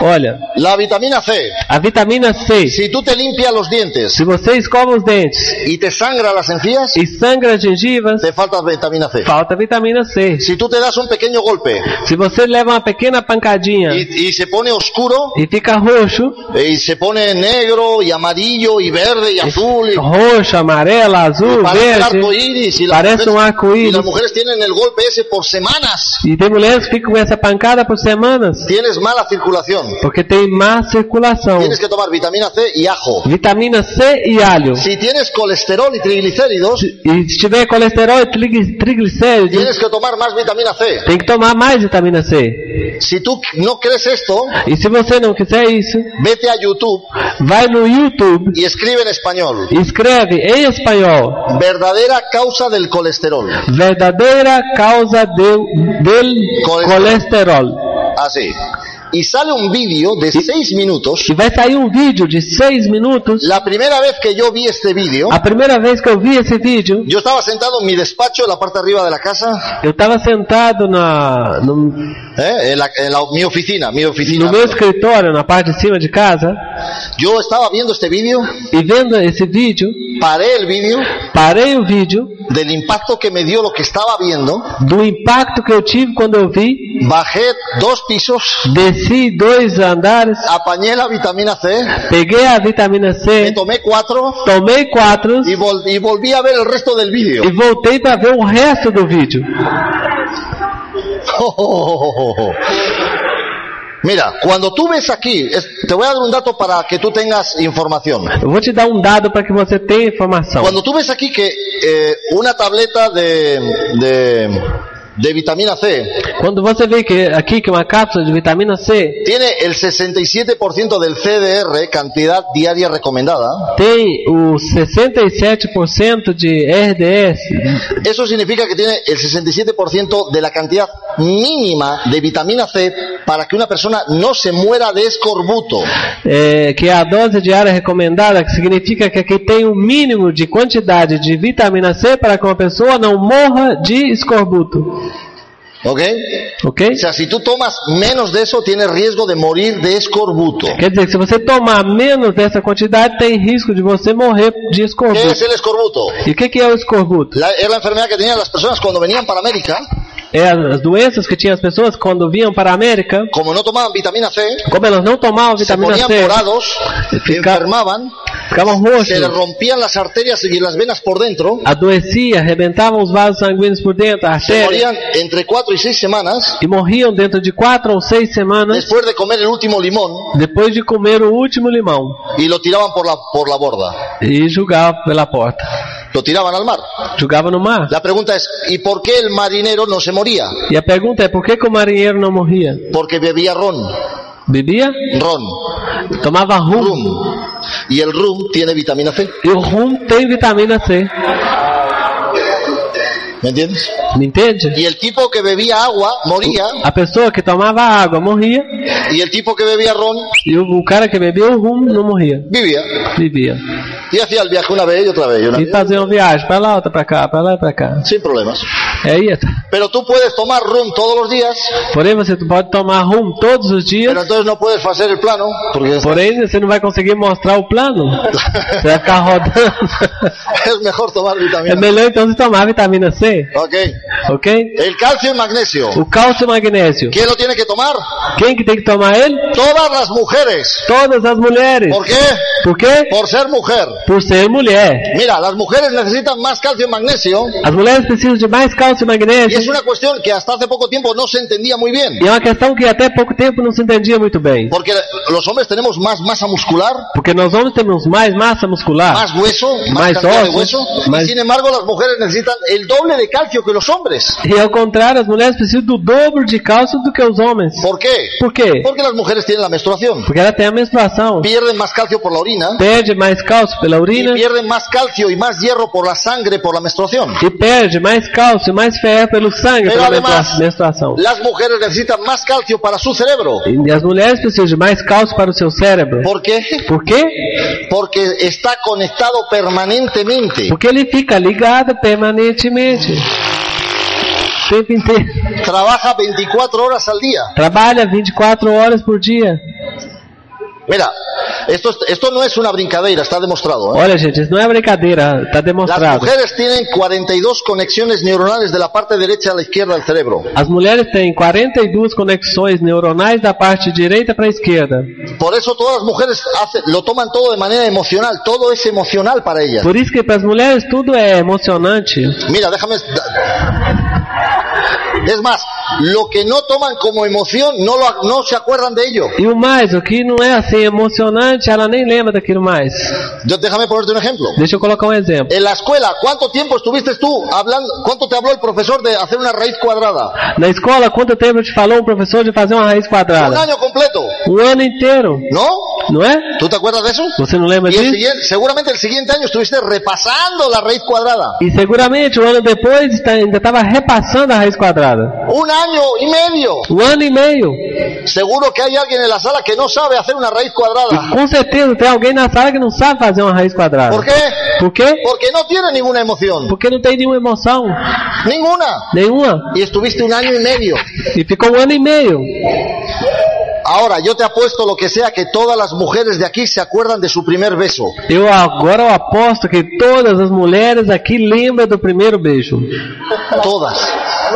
Speaker 3: Olha,
Speaker 2: la vitamina C.
Speaker 3: a vitamina C,
Speaker 2: Si tú te limpias los dientes
Speaker 3: se você escova os dentes
Speaker 2: y te sangra las encías,
Speaker 3: e sangra as gengivas,
Speaker 2: te falta vitamina C.
Speaker 3: falta vitamina C.
Speaker 2: Si tú te das un pequeño golpe
Speaker 3: Se você leva uma pequena pancadinha
Speaker 2: y, y se pone oscuro, eh,
Speaker 3: e fica roxo,
Speaker 2: y se pone negro y amarillo y verde y azul y
Speaker 3: roxo, amarelo, azul,
Speaker 2: parece el arco
Speaker 3: verde,
Speaker 2: iris y, las
Speaker 3: parece um
Speaker 2: mujeres- y
Speaker 3: arco-íris.
Speaker 2: las mujeres tienen el golpe ese por semanas.
Speaker 3: E tem mulheres que ficam com essa pancada por semanas,
Speaker 2: Tienes mala circulación.
Speaker 3: porque tem má circulação.
Speaker 2: Tienes que tomar vitamina C y ajo.
Speaker 3: Vitamina C e alho.
Speaker 2: Si tienes colesterol y triglicéridos,
Speaker 3: E se tiver colesterol e trig- triglicéridos,
Speaker 2: tienes que tomar más vitamina C.
Speaker 3: tem que tomar mais vitamina C.
Speaker 2: Si tú no crees esto,
Speaker 3: E se você não quiser isso,
Speaker 2: vete a YouTube
Speaker 3: vai no YouTube
Speaker 2: y escribe en español.
Speaker 3: e escreve em espanhol
Speaker 2: Verdadera causa del colesterol.
Speaker 3: verdadeira causa de, del colesterol.
Speaker 2: Así. Y sale un vídeo de 6 minutos.
Speaker 3: E vai sair um vídeo de 6 minutos.
Speaker 2: La primera vez que yo vi este vídeo,
Speaker 3: A primeira vez que eu vi esse vídeo,
Speaker 2: yo estaba sentado en mi despacho, en la parte de arriba de la casa,
Speaker 3: eu estava sentado na, no,
Speaker 2: ¿eh? en, la- en la- mi oficina, mi oficina.
Speaker 3: no meu escritório, na parte de cima de casa,
Speaker 2: Yo estaba viendo este vídeo,
Speaker 3: e vendo esse vídeo,
Speaker 2: paré el vídeo
Speaker 3: parei o vídeo
Speaker 2: del impacto que me dio lo que estaba viendo,
Speaker 3: do impacto que eu tive quando eu vi,
Speaker 2: bajé dos pisos,
Speaker 3: desci dois andares,
Speaker 2: apañé la vitamina C,
Speaker 3: peguei a vitamina
Speaker 2: me
Speaker 3: C,
Speaker 2: tomé cuatro
Speaker 3: tomei quatro
Speaker 2: y, vol- y volví a ver el resto del vídeo.
Speaker 3: e voltei para ver o resto do vídeo.
Speaker 2: [laughs] Mira, cuando tú ves aquí, es- te voy a dar un dato para que tú tengas información.
Speaker 3: Eu vou te dar um dado para que você tenha informação.
Speaker 2: Cuando tú ves aquí que eh, una tableta de, de, de vitamina C
Speaker 3: Quando você vê que aqui que uma cápsula de vitamina C
Speaker 2: tiene el 67% del CDR, cantidad diaria recomendada,
Speaker 3: tem o 67% de RDS,
Speaker 2: eso significa que tiene el 67% de la cantidad mínima de vitamina C para que una persona no se muera de escorbuto.
Speaker 3: é, que é a dose diária recomendada, que significa que aqui tem o mínimo de quantidade de vitamina C para que uma pessoa não morra de escorbuto.
Speaker 2: ¿Ok?
Speaker 3: Ok?
Speaker 2: O sea, si tú tomas menos de eso, tienes riesgo de morir de escorbuto.
Speaker 3: Quer dizer que se você tomar menos dessa quantidade, tem risco de você morrer de
Speaker 2: ¿Qué es
Speaker 3: escorbuto.
Speaker 2: el escorbuto?
Speaker 3: E o que, que é o escorbuto?
Speaker 2: La- es la enfermedad que tenían las personas cuando venían para América,
Speaker 3: É as doenças que tinham as pessoas quando vinham para a América,
Speaker 2: como no tomaban vitamina C,
Speaker 3: como elas não tomavam
Speaker 2: se
Speaker 3: vitamina
Speaker 2: ponían
Speaker 3: C,
Speaker 2: morados,
Speaker 3: Fica-
Speaker 2: enfermaban,
Speaker 3: ficavam
Speaker 2: se les
Speaker 3: roxas,
Speaker 2: rompían las arterias y las venas por dentro,
Speaker 3: adoecia, arrebentavam os vasos sanguíneos por dentro, a
Speaker 2: se
Speaker 3: artéria,
Speaker 2: morían entre cuatro y seis semanas
Speaker 3: e morriam dentro de quatro ou seis semanas
Speaker 2: después de comer el último limón
Speaker 3: depois de comer o último limão
Speaker 2: y lo tiraban por la, por la borda,
Speaker 3: e julgava pela porta.
Speaker 2: lo tiraban al mar.
Speaker 3: Julgava no mar.
Speaker 2: La pregunta es, ¿y por qué el marinero no se moría?
Speaker 3: E a pergunta é por que, que o marinheiro não morria?
Speaker 2: Porque bebía ron,
Speaker 3: Bebia?
Speaker 2: ron,
Speaker 3: Tomava rum.
Speaker 2: rum, y el rum tiene vitamina C,
Speaker 3: E o rum tem vitamina C.
Speaker 2: ¿me entiendes?
Speaker 3: Me entende?
Speaker 2: Y el tipo que bebía agua moría
Speaker 3: A pessoa que tomava água morria
Speaker 2: y el tipo que bebía ron
Speaker 3: e o, o cara que bebia o rum não morria.
Speaker 2: vivía.
Speaker 3: Vivia.
Speaker 2: Y hacía el viaje una vez y otra vez, y una
Speaker 3: E
Speaker 2: vez,
Speaker 3: fazia uma viagem pra lá, outra pra cá, pra lá e pra cá.
Speaker 2: sin problemas.
Speaker 3: É isso.
Speaker 2: Pero tú puedes tomar rum todos los días,
Speaker 3: Porém, você pode tomar rum todos os dias
Speaker 2: pero entonces no puedes hacer el plano, porque es,
Speaker 3: Porém, você não vai conseguir mostrar o plano. Você vai ficar rodando.
Speaker 2: [laughs] es mejor tomar
Speaker 3: É
Speaker 2: vitamina.
Speaker 3: melhor então você tomar vitamina C,
Speaker 2: Ok.
Speaker 3: ok?
Speaker 2: El calcio y magnesio.
Speaker 3: O cálcio e magnésio.
Speaker 2: ¿Quién lo tiene que tomar?
Speaker 3: Quem que tem que tomar ele?
Speaker 2: Todas las mujeres.
Speaker 3: Todas as mulheres.
Speaker 2: ¿Por qué?
Speaker 3: Por quê?
Speaker 2: Por ser mujer.
Speaker 3: Por ser mulher.
Speaker 2: Mira, las mujeres necesitan más calcio y magnesio
Speaker 3: As mulheres precisam de mais cálcio e
Speaker 2: Y es
Speaker 3: magnésio.
Speaker 2: una cuestión que hasta hace poco tiempo no se entendía muy bien.
Speaker 3: E é uma questão que até pouco tempo não se entendia muito bem.
Speaker 2: Porque los hombres tenemos más masa muscular,
Speaker 3: Porque nós homens temos mais massa muscular,
Speaker 2: más hueso, más
Speaker 3: Más
Speaker 2: cantidad de
Speaker 3: osos,
Speaker 2: hueso.
Speaker 3: más-
Speaker 2: Y sin embargo, las mujeres necesitan el doble de calcio que los hombres.
Speaker 3: e ao contrário, as mulheres precisam do dobro de cálcio do que os homens.
Speaker 2: ¿Por qué?
Speaker 3: Por quê?
Speaker 2: Porque las mujeres tienen la menstruación.
Speaker 3: Porque ela tem a menstruação,
Speaker 2: Pierden más calcio por la orina.
Speaker 3: perde mais cálcio pela
Speaker 2: Y
Speaker 3: urina
Speaker 2: pierden más calcio y más hierro por la sangre por la menstruación.
Speaker 3: e perde mais cálcio e mais ferro pelo sangue
Speaker 2: Pero
Speaker 3: pela
Speaker 2: además-
Speaker 3: menstrua- menstruação.
Speaker 2: Las mujeres necesitan más calcio para su cerebro.
Speaker 3: E as mulheres precisam de mais cálcio para o seu cérebro.
Speaker 2: ¿Por qué?
Speaker 3: Por quê?
Speaker 2: Porque está conectado permanentemente.
Speaker 3: Porque ele fica ligado permanentemente. O tempo inteiro.
Speaker 2: Trabaja 24 horas al día.
Speaker 3: Trabalha 24 horas por dia.
Speaker 2: Mira, esto, es- esto no es una brincadeira, está demostrado. ¿eh?
Speaker 3: Olha, gente, isso não é brincadeira, tá
Speaker 2: Las
Speaker 3: demonstrado.
Speaker 2: mujeres tienen 42 conexiones neuronales de la parte derecha a la izquierda del cerebro.
Speaker 3: As mulheres têm 42 conexões neuronais da parte direita para a esquerda.
Speaker 2: Por eso todas las mujeres hace- lo toman todo de manera emocional, todo es emocional para ellas.
Speaker 3: Por isso que para as mulheres tudo é emocionante.
Speaker 2: Mira, déjame... Es más, lo que no toman como emoción no, lo- no se acuerdan de ello.
Speaker 3: E o mais, o que não é assim emocionante, ela nem lembra daquilo mais.
Speaker 2: Yo- déjame ponerte un ejemplo.
Speaker 3: Deixa eu colocar um exemplo.
Speaker 2: En la escuela, ¿cuánto tiempo estuviste tú hablando? ¿Cuánto te habló el profesor de hacer una raíz cuadrada?
Speaker 3: Na escola, quanto tempo te falou o professor de fazer uma raiz
Speaker 2: Un
Speaker 3: quadrada?
Speaker 2: año completo,
Speaker 3: Um ano inteiro,
Speaker 2: ¿no?
Speaker 3: não é?
Speaker 2: ¿Tú te acuerdas de eso?
Speaker 3: Você não lembra
Speaker 2: Y el
Speaker 3: disso?
Speaker 2: siguiente- seguramente el siguiente año estuviste repasando la raíz cuadrada.
Speaker 3: E seguramente um ano depois está- ainda estava repassando a raiz quadrada.
Speaker 2: Un año y medio.
Speaker 3: Um ano e meio.
Speaker 2: Seguro que hay alguien en la sala que no sabe hacer una raíz cuadrada.
Speaker 3: Com certeza tem alguém na sala que não sabe fazer uma raiz quadrada.
Speaker 2: ¿Por quê?
Speaker 3: Por quê?
Speaker 2: Porque no tiene ninguna emoción.
Speaker 3: Porque não tem nenhuma emoção.
Speaker 2: Ninguna.
Speaker 3: Nenhuma.
Speaker 2: Y estuviste un año y medio.
Speaker 3: E ficou um ano e meio.
Speaker 2: Ahora, yo te apuesto lo que sea que todas las mujeres de aquí se acuerdan de su primer beso.
Speaker 3: Eu agora eu aposto que todas as mulheres aqui lembram do primeiro beijo.
Speaker 2: Todas.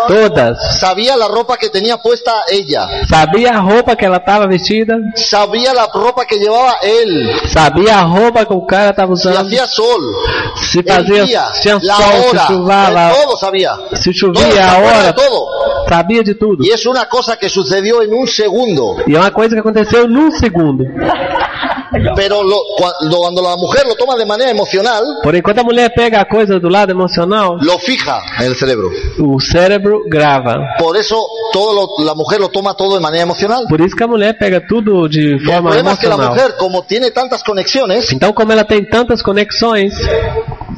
Speaker 3: Todas.
Speaker 2: Sabía la ropa que tenía puesta ella.
Speaker 3: Sabia a roupa que ela estava vestida.
Speaker 2: Sabía la ropa que llevaba él.
Speaker 3: Sabia a roupa que o cara estava
Speaker 2: Si
Speaker 3: usando.
Speaker 2: hacía sol.
Speaker 3: Se
Speaker 2: El
Speaker 3: fazia,
Speaker 2: día.
Speaker 3: se tinha
Speaker 2: La
Speaker 3: sol, se
Speaker 2: hora. é
Speaker 3: chuvava,
Speaker 2: Todo sabía.
Speaker 3: se
Speaker 2: Todo, se
Speaker 3: chovia a
Speaker 2: acuerda de
Speaker 3: hora.
Speaker 2: todo.
Speaker 3: Sabia de tudo.
Speaker 2: Y es una cosa que sucedió en un segundo.
Speaker 3: E é uma coisa que aconteceu num segundo.
Speaker 2: Pero lo- cuando, cuando la mujer lo toma de manera emocional,
Speaker 3: Porém, quando a mulher pega a coisa do lado emocional,
Speaker 2: lo fija en el cerebro.
Speaker 3: o cérebro grava.
Speaker 2: Por eso todo lo- la mujer lo toma todo de manera emocional.
Speaker 3: Por isso que a mulher pega tudo de
Speaker 2: El
Speaker 3: forma
Speaker 2: problema es que la
Speaker 3: emocional.
Speaker 2: mujer, como tiene tantas conexiones,
Speaker 3: Então, como ela tem tantas conexões,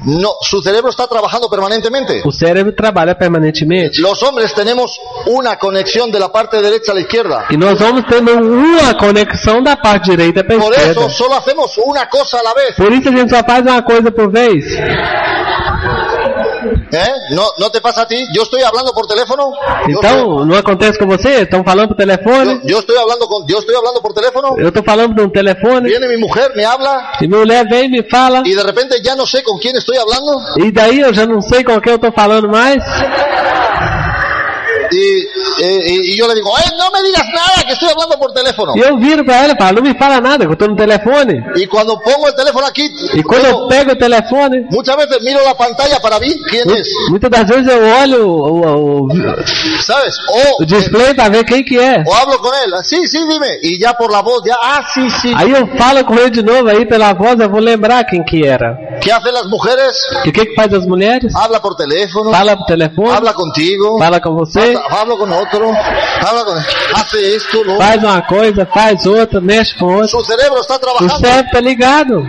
Speaker 2: no, su cerebro está trabajando permanentemente.
Speaker 3: o cérebro trabalha permanentemente.
Speaker 2: Los hombres tenemos una conexión de la parte derecha a la izquierda.
Speaker 3: E nós vamos tendo uma conexão da parte direita para a
Speaker 2: Por
Speaker 3: esquerda.
Speaker 2: eso solo hacemos una cosa a la vez.
Speaker 3: Por isso a gente só faz uma coisa por vez.
Speaker 2: ¿Eh? ¿No, ¿No te pasa a ti? Yo estoy hablando por teléfono. Yo, estoy-
Speaker 3: Então, não acontece com você? Estão falando por telefone?
Speaker 2: yo- yo estoy hablando con, yo estoy hablando por teléfono.
Speaker 3: Eu estou falando por um telefone.
Speaker 2: Viene mi mujer, me habla.
Speaker 3: E minha mulher vem e me fala.
Speaker 2: y de repente ya no sé con quién estoy hablando
Speaker 3: E daí eu já não sei com quem eu estou falando mais.
Speaker 2: y, eh, y- y yo le digo, ¡eh, no me digas nada que estoy hablando por teléfono!
Speaker 3: E eu viro para ela e falo, não me fala nada, que eu estou no telefone.
Speaker 2: Y cuando pongo el teléfono aquí,
Speaker 3: E quando
Speaker 2: tengo-
Speaker 3: eu pego o telefone,
Speaker 2: muchas veces miro la pantalla para ver quién es,
Speaker 3: Muitas das vezes eu olho o, o- o-
Speaker 2: ¿sabes? O,
Speaker 3: o display para ver quem que é.
Speaker 2: o hablo con él, sí, sí, dime, y ya por la voz, ya, ah, sí, sí.
Speaker 3: Aí eu falo com ele de novo aí pela voz, eu vou lembrar quem que era.
Speaker 2: ¿Qué hacen las mujeres?
Speaker 3: E o que que faz as mulheres?
Speaker 2: Habla por teléfono,
Speaker 3: Fala pro telefone,
Speaker 2: habla contigo,
Speaker 3: fala com você,
Speaker 2: habla con otro, habla con... hace esto, lo...
Speaker 3: faz uma coisa, faz outra, mexe com outra.
Speaker 2: Su cerebro está
Speaker 3: O
Speaker 2: trabajando
Speaker 3: cérebro tá ligado.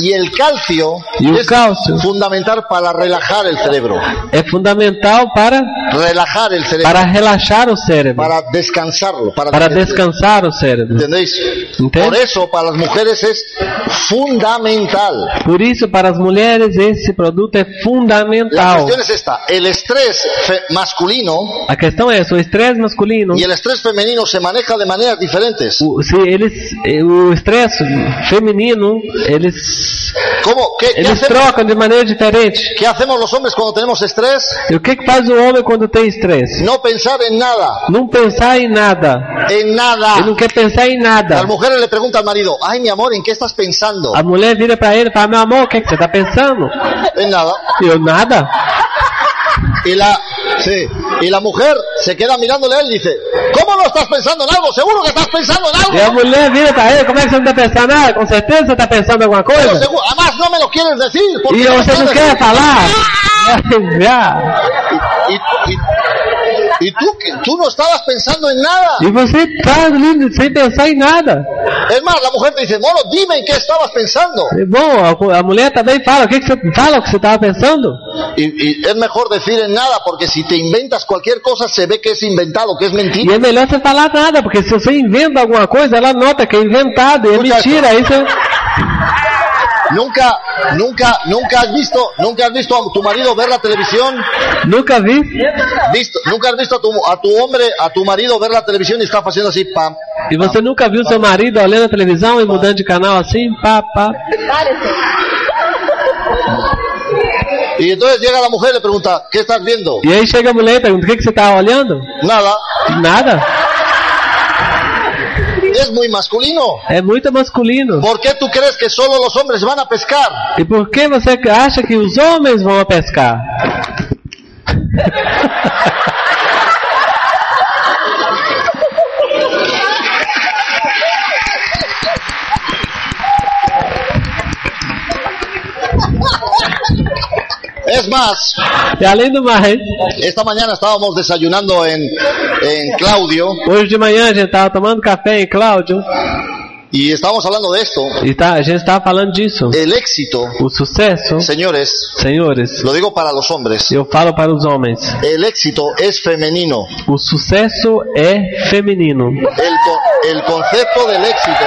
Speaker 2: y el calcio
Speaker 3: E o
Speaker 2: es
Speaker 3: cálcio
Speaker 2: fundamental para relajar el cerebro.
Speaker 3: é fundamental para,
Speaker 2: relajar el cerebro,
Speaker 3: para relaxar o cérebro,
Speaker 2: para descansarlo, para,
Speaker 3: para descansar o cérebro.
Speaker 2: ¿Entendéis?
Speaker 3: Entendo.
Speaker 2: Por eso para las mujeres es fundamental.
Speaker 3: Por isso, para as mulheres, esse produto é
Speaker 2: La
Speaker 3: fundamental.
Speaker 2: cuestión es esta, el estrés fe- masculino
Speaker 3: A questão é, se o estresse masculino
Speaker 2: y el estrés femenino se maneja de maneras diferentes.
Speaker 3: O, se eles, eh, o estresse feminino, eles,
Speaker 2: ¿Cómo? ¿Qué, qué
Speaker 3: eles
Speaker 2: hacemos,
Speaker 3: trocam de maneira diferente.
Speaker 2: qué hacemos los hombres cuando tenemos estrés?
Speaker 3: E o que, que faz o homem quando tem estresse?
Speaker 2: No pensar en nada,
Speaker 3: Não pensar em nada.
Speaker 2: en nada.
Speaker 3: Ele não quer pensar em nada.
Speaker 2: Las mujeres mujer le pregunta al marido, ay mi amor, ¿en qué estás pensando?
Speaker 3: A mulher vira pra ele e fala: Meu amor, o que, que você tá pensando?
Speaker 2: En nada.
Speaker 3: Eu, nada.
Speaker 2: Y la, sí, y la mujer se queda mirándole a él y dice, ¿cómo no estás pensando en algo? Seguro que estás pensando en
Speaker 3: E a
Speaker 2: algo.
Speaker 3: mulher vira pra ele: Como é que você não tá pensando nada? Com certeza você tá pensando em alguma
Speaker 2: Pero
Speaker 3: coisa?
Speaker 2: seguro- además no me lo quieres decir.
Speaker 3: E
Speaker 2: no
Speaker 3: você não
Speaker 2: puedes".
Speaker 3: quer falar? [laughs] Já.
Speaker 2: Y, y- y- y tú, que- tú no estabas pensando en nada.
Speaker 3: E você tá ali sem pensar em nada.
Speaker 2: Es más, la mujer te dice, bueno, dime en qué estabas pensando.
Speaker 3: E, Bom, a, a mulher também fala: O que, que você fala o que você tava pensando?
Speaker 2: Y, y es mejor decir en nada, porque si te inventas cualquier cosa se ve que es inventado, que es
Speaker 3: E
Speaker 2: mentira.
Speaker 3: é melhor você falar nada, porque se você inventa alguma coisa, ela nota que é inventado, e é mentira. Aí você.
Speaker 2: Nunca, nunca, nunca has visto, nunca has visto a tu marido ver la televisión,
Speaker 3: Nunca vi.
Speaker 2: visto, nunca has visto a tu, a tu hombre, a tu marido ver la televisión y está haciendo así, pam.
Speaker 3: E você nunca viu seu marido olhando a televisão e mudando de canal assim, pá, pá.
Speaker 2: Y entonces llega la mujer y le pregunta, ¿qué estás viendo?
Speaker 3: E aí chega a mulher e pergunta: o que, que você tá olhando?
Speaker 2: Nada.
Speaker 3: Nada.
Speaker 2: Es muy masculino.
Speaker 3: É muito masculino.
Speaker 2: ¿Por qué tú crees que solo los hombres van a pescar?
Speaker 3: E por que você acha que os homens vão a pescar?
Speaker 2: Es más,
Speaker 3: E além do mais,
Speaker 2: esta mañana estábamos desayunando en, en Claudio
Speaker 3: hoje de manhã a gente tava tomando café em Cláudio
Speaker 2: y estábamos hablando de esto.
Speaker 3: e tá, a gente tava falando disso.
Speaker 2: El éxito,
Speaker 3: O sucesso,
Speaker 2: señores,
Speaker 3: senhores,
Speaker 2: lo digo para los hombres,
Speaker 3: eu falo para os homens:
Speaker 2: el éxito es femenino.
Speaker 3: o sucesso é feminino.
Speaker 2: El, co- el concepto del éxito.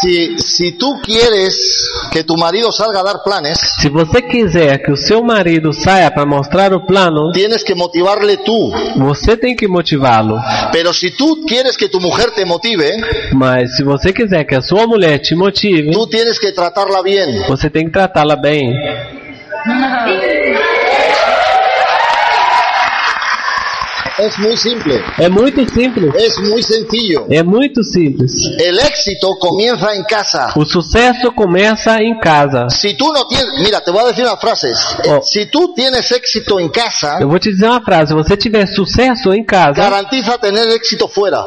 Speaker 2: Si, si tú quieres que tu marido salga a dar planes,
Speaker 3: Se você quiser que o seu marido saia para mostrar o plano,
Speaker 2: tienes que motivarle tú.
Speaker 3: você tem que motivá-lo.
Speaker 2: Pero si tú quieres que tu mujer te motive,
Speaker 3: Mas se você quiser que a sua mulher te motive,
Speaker 2: tú tienes que tratarla bien.
Speaker 3: você tem que tratá-la bem.
Speaker 2: Es muy simple,
Speaker 3: É muito simples.
Speaker 2: es muy sencillo.
Speaker 3: É muito simples.
Speaker 2: El éxito comienza en casa.
Speaker 3: O sucesso começa em casa.
Speaker 2: Si tú no tienes, mira, te voy a decir una frase.
Speaker 3: Oh.
Speaker 2: Si tú tienes éxito en casa,
Speaker 3: Eu vou te dizer uma frase: se você tiver sucesso em casa,
Speaker 2: garantiza tener éxito fuera.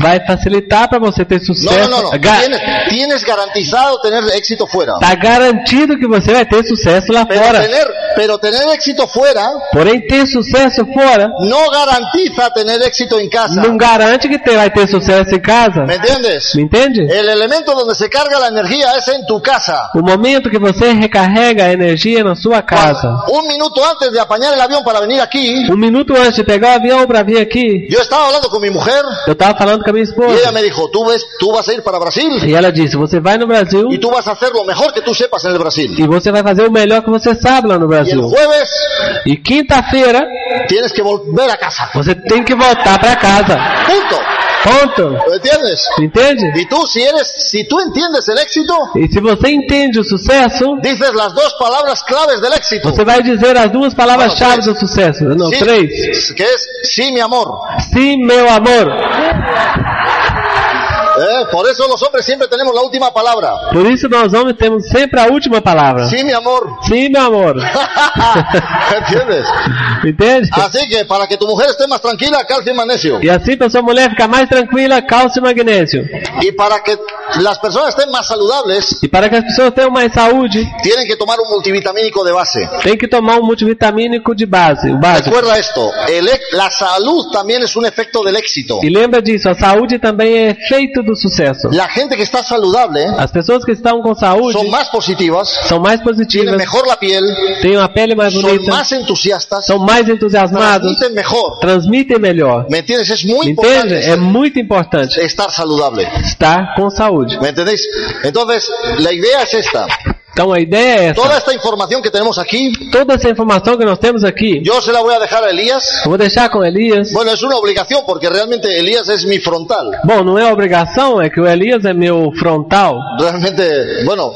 Speaker 3: vai facilitar para você ter
Speaker 2: No, no,
Speaker 3: sucesso.
Speaker 2: no, no.
Speaker 3: Ga-
Speaker 2: Tienes, tienes garantizado tener éxito fuera.
Speaker 3: Tá garantido que você vai ter sucesso lá
Speaker 2: Pero
Speaker 3: fora.
Speaker 2: tener, pero tener éxito fuera
Speaker 3: Porém, ter sucesso fora
Speaker 2: no garantiza tener éxito en casa.
Speaker 3: não garante que te vai ter sucesso em casa.
Speaker 2: ¿Me entiendes?
Speaker 3: Me entende?
Speaker 2: El elemento donde se carga la energía es en tu casa.
Speaker 3: O momento que você recarrega a energia na sua casa.
Speaker 2: Un minuto antes de apañar el avión para venir aquí,
Speaker 3: Um minuto antes de pegar o avião para vir aqui,
Speaker 2: yo estaba hablando con mi mujer
Speaker 3: eu tava falando com a minha
Speaker 2: y ella
Speaker 3: esposa.
Speaker 2: me dijo, tú ves, tú vas a ir para Brasil
Speaker 3: E ela disse: Você vai no Brasil
Speaker 2: y tú vas a hacer lo mejor que tú sepas en el Brasil.
Speaker 3: e você vai fazer o melhor que você sabe lá
Speaker 2: Y
Speaker 3: no
Speaker 2: el
Speaker 3: Brasil.
Speaker 2: jueves
Speaker 3: E quinta-feira
Speaker 2: tienes que volver a casa.
Speaker 3: você tem que voltar para casa.
Speaker 2: Punto.
Speaker 3: Ponto.
Speaker 2: ¿Me entiendes?
Speaker 3: Entende?
Speaker 2: Y tú, si eres, si tú entiendes el éxito,
Speaker 3: E se você entende o sucesso,
Speaker 2: dices las dos palabras claves del éxito.
Speaker 3: você vai dizer as duas palavras-chave
Speaker 2: Não, três.
Speaker 3: do sucesso. Não,
Speaker 2: Sí,
Speaker 3: três.
Speaker 2: Que es, sí, mi amor.
Speaker 3: Sim, meu amor.
Speaker 2: Eh, Por eso los hombres siempre tenemos la última palabra.
Speaker 3: Por isso nós homens temos sempre a última palavra.
Speaker 2: Sí, mi amor. [laughs]
Speaker 3: Sim, meu amor.
Speaker 2: ¿Me entiendes?
Speaker 3: Entende?
Speaker 2: Así que para que tu mujer esté más tranquila, calcio y magnesio.
Speaker 3: E assim para sua mulher ficar mais tranquila, cálcio e magnésio.
Speaker 2: Y para que las personas estén más saludables,
Speaker 3: E para que as pessoas tenham mais saúde,
Speaker 2: tienen que tomar un multivitamínico de base.
Speaker 3: tem que tomar um multivitamínico de base, o básico.
Speaker 2: Recuerda esto, el e- la salud también es un efecto del éxito.
Speaker 3: E lembra disso, a saúde também é efeito do sucesso.
Speaker 2: La gente que está saludable
Speaker 3: As pessoas que estão com saúde
Speaker 2: son más positivas,
Speaker 3: são mais
Speaker 2: tienen
Speaker 3: positivas,
Speaker 2: mejor la piel,
Speaker 3: têm uma pele mais
Speaker 2: son
Speaker 3: bonita,
Speaker 2: más entusiastas,
Speaker 3: são mais entusiasmados,
Speaker 2: transmiten mejor.
Speaker 3: transmitem melhor.
Speaker 2: ¿Me entiendes? Es muy
Speaker 3: Entende?
Speaker 2: importante
Speaker 3: É muito importante
Speaker 2: estar saludable.
Speaker 3: estar com saúde.
Speaker 2: ¿Me entendéis? Entonces, la idea es esta.
Speaker 3: Então a ideia é essa.
Speaker 2: Toda esta información que tenemos aquí,
Speaker 3: Toda essa informação que nós temos aqui,
Speaker 2: yo se la voy a dejar a Elías.
Speaker 3: eu vou deixar com Elias.
Speaker 2: Bueno, es una obligación porque realmente Elías es mi frontal.
Speaker 3: Bom, não é obrigação, é que o Elias é meu frontal.
Speaker 2: Realmente, bueno,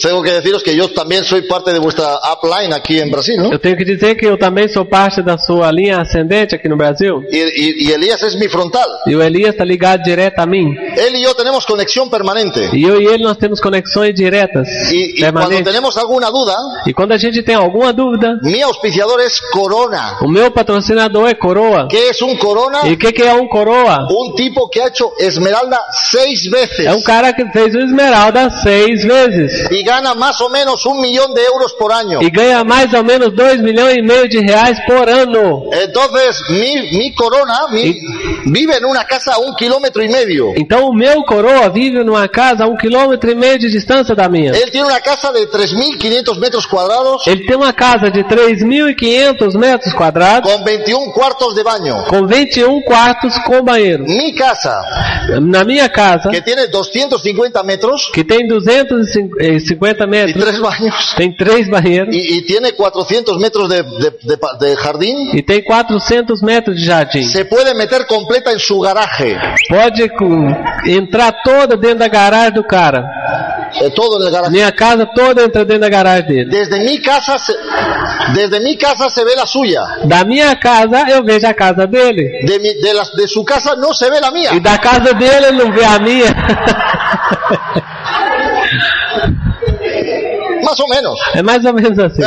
Speaker 2: Tengo que deciros que yo también soy parte de vuestra upline aquí en Brasil, ¿no?
Speaker 3: Eu tenho que dizer que eu também sou parte da sua linha ascendente aqui no Brasil.
Speaker 2: Y, y- y Elías es mi frontal.
Speaker 3: E o Elias está ligado direto a mim.
Speaker 2: Él y yo tenemos conexión permanente.
Speaker 3: E eu e ele nós temos conexões diretas,
Speaker 2: Y, y cuando
Speaker 3: permanentes.
Speaker 2: tenemos alguna duda,
Speaker 3: E quando a gente tem alguma dúvida,
Speaker 2: mi auspiciador es Corona.
Speaker 3: o meu patrocinador é Coroa.
Speaker 2: ¿Qué es un Corona?
Speaker 3: E o que, que é um Coroa?
Speaker 2: Un tipo que ha hecho esmeralda seis veces
Speaker 3: É um cara que fez o Esmeralda seis vezes
Speaker 2: y gana más o menos un millón de euros por año.
Speaker 3: e ganha mais ou menos dois milhões e meio de reais por ano.
Speaker 2: Entonces, mi, mi Corona mi- vive en una casa a un kilómetro y medio.
Speaker 3: Então o meu Coroa vive numa casa a um quilômetro e meio de distância da minha.
Speaker 2: Él tiene una casa de 3.500 metros cuadrados
Speaker 3: Ele tem uma casa de 3.500 metros quadrados
Speaker 2: con 21 cuartos de baño.
Speaker 3: com 21 quartos com banheiro.
Speaker 2: Mi casa,
Speaker 3: Na minha casa,
Speaker 2: que tiene 250 metros
Speaker 3: que tem
Speaker 2: y
Speaker 3: 250 eh, metros,
Speaker 2: tres baños,
Speaker 3: tem três banheiros
Speaker 2: y, y tiene 400 metros de, de- de pa- de jardín,
Speaker 3: e tem 400 metros de jardim.
Speaker 2: se puede meter completa en su garaje.
Speaker 3: Pode com- entrar toda dentro da garagem do cara.
Speaker 2: Eh, todo en el garaje.
Speaker 3: Minha casa toda entra dentro da garagem dele.
Speaker 2: Desde mi casa se, desde mi casa se ve la suya.
Speaker 3: Da minha casa eu vejo a casa dele.
Speaker 2: De, mi- de, las- de su casa no se ve la mía.
Speaker 3: E da casa dele ele não vê a minha. [laughs]
Speaker 2: Más o menos. [laughs]
Speaker 3: É mais ou menos assim.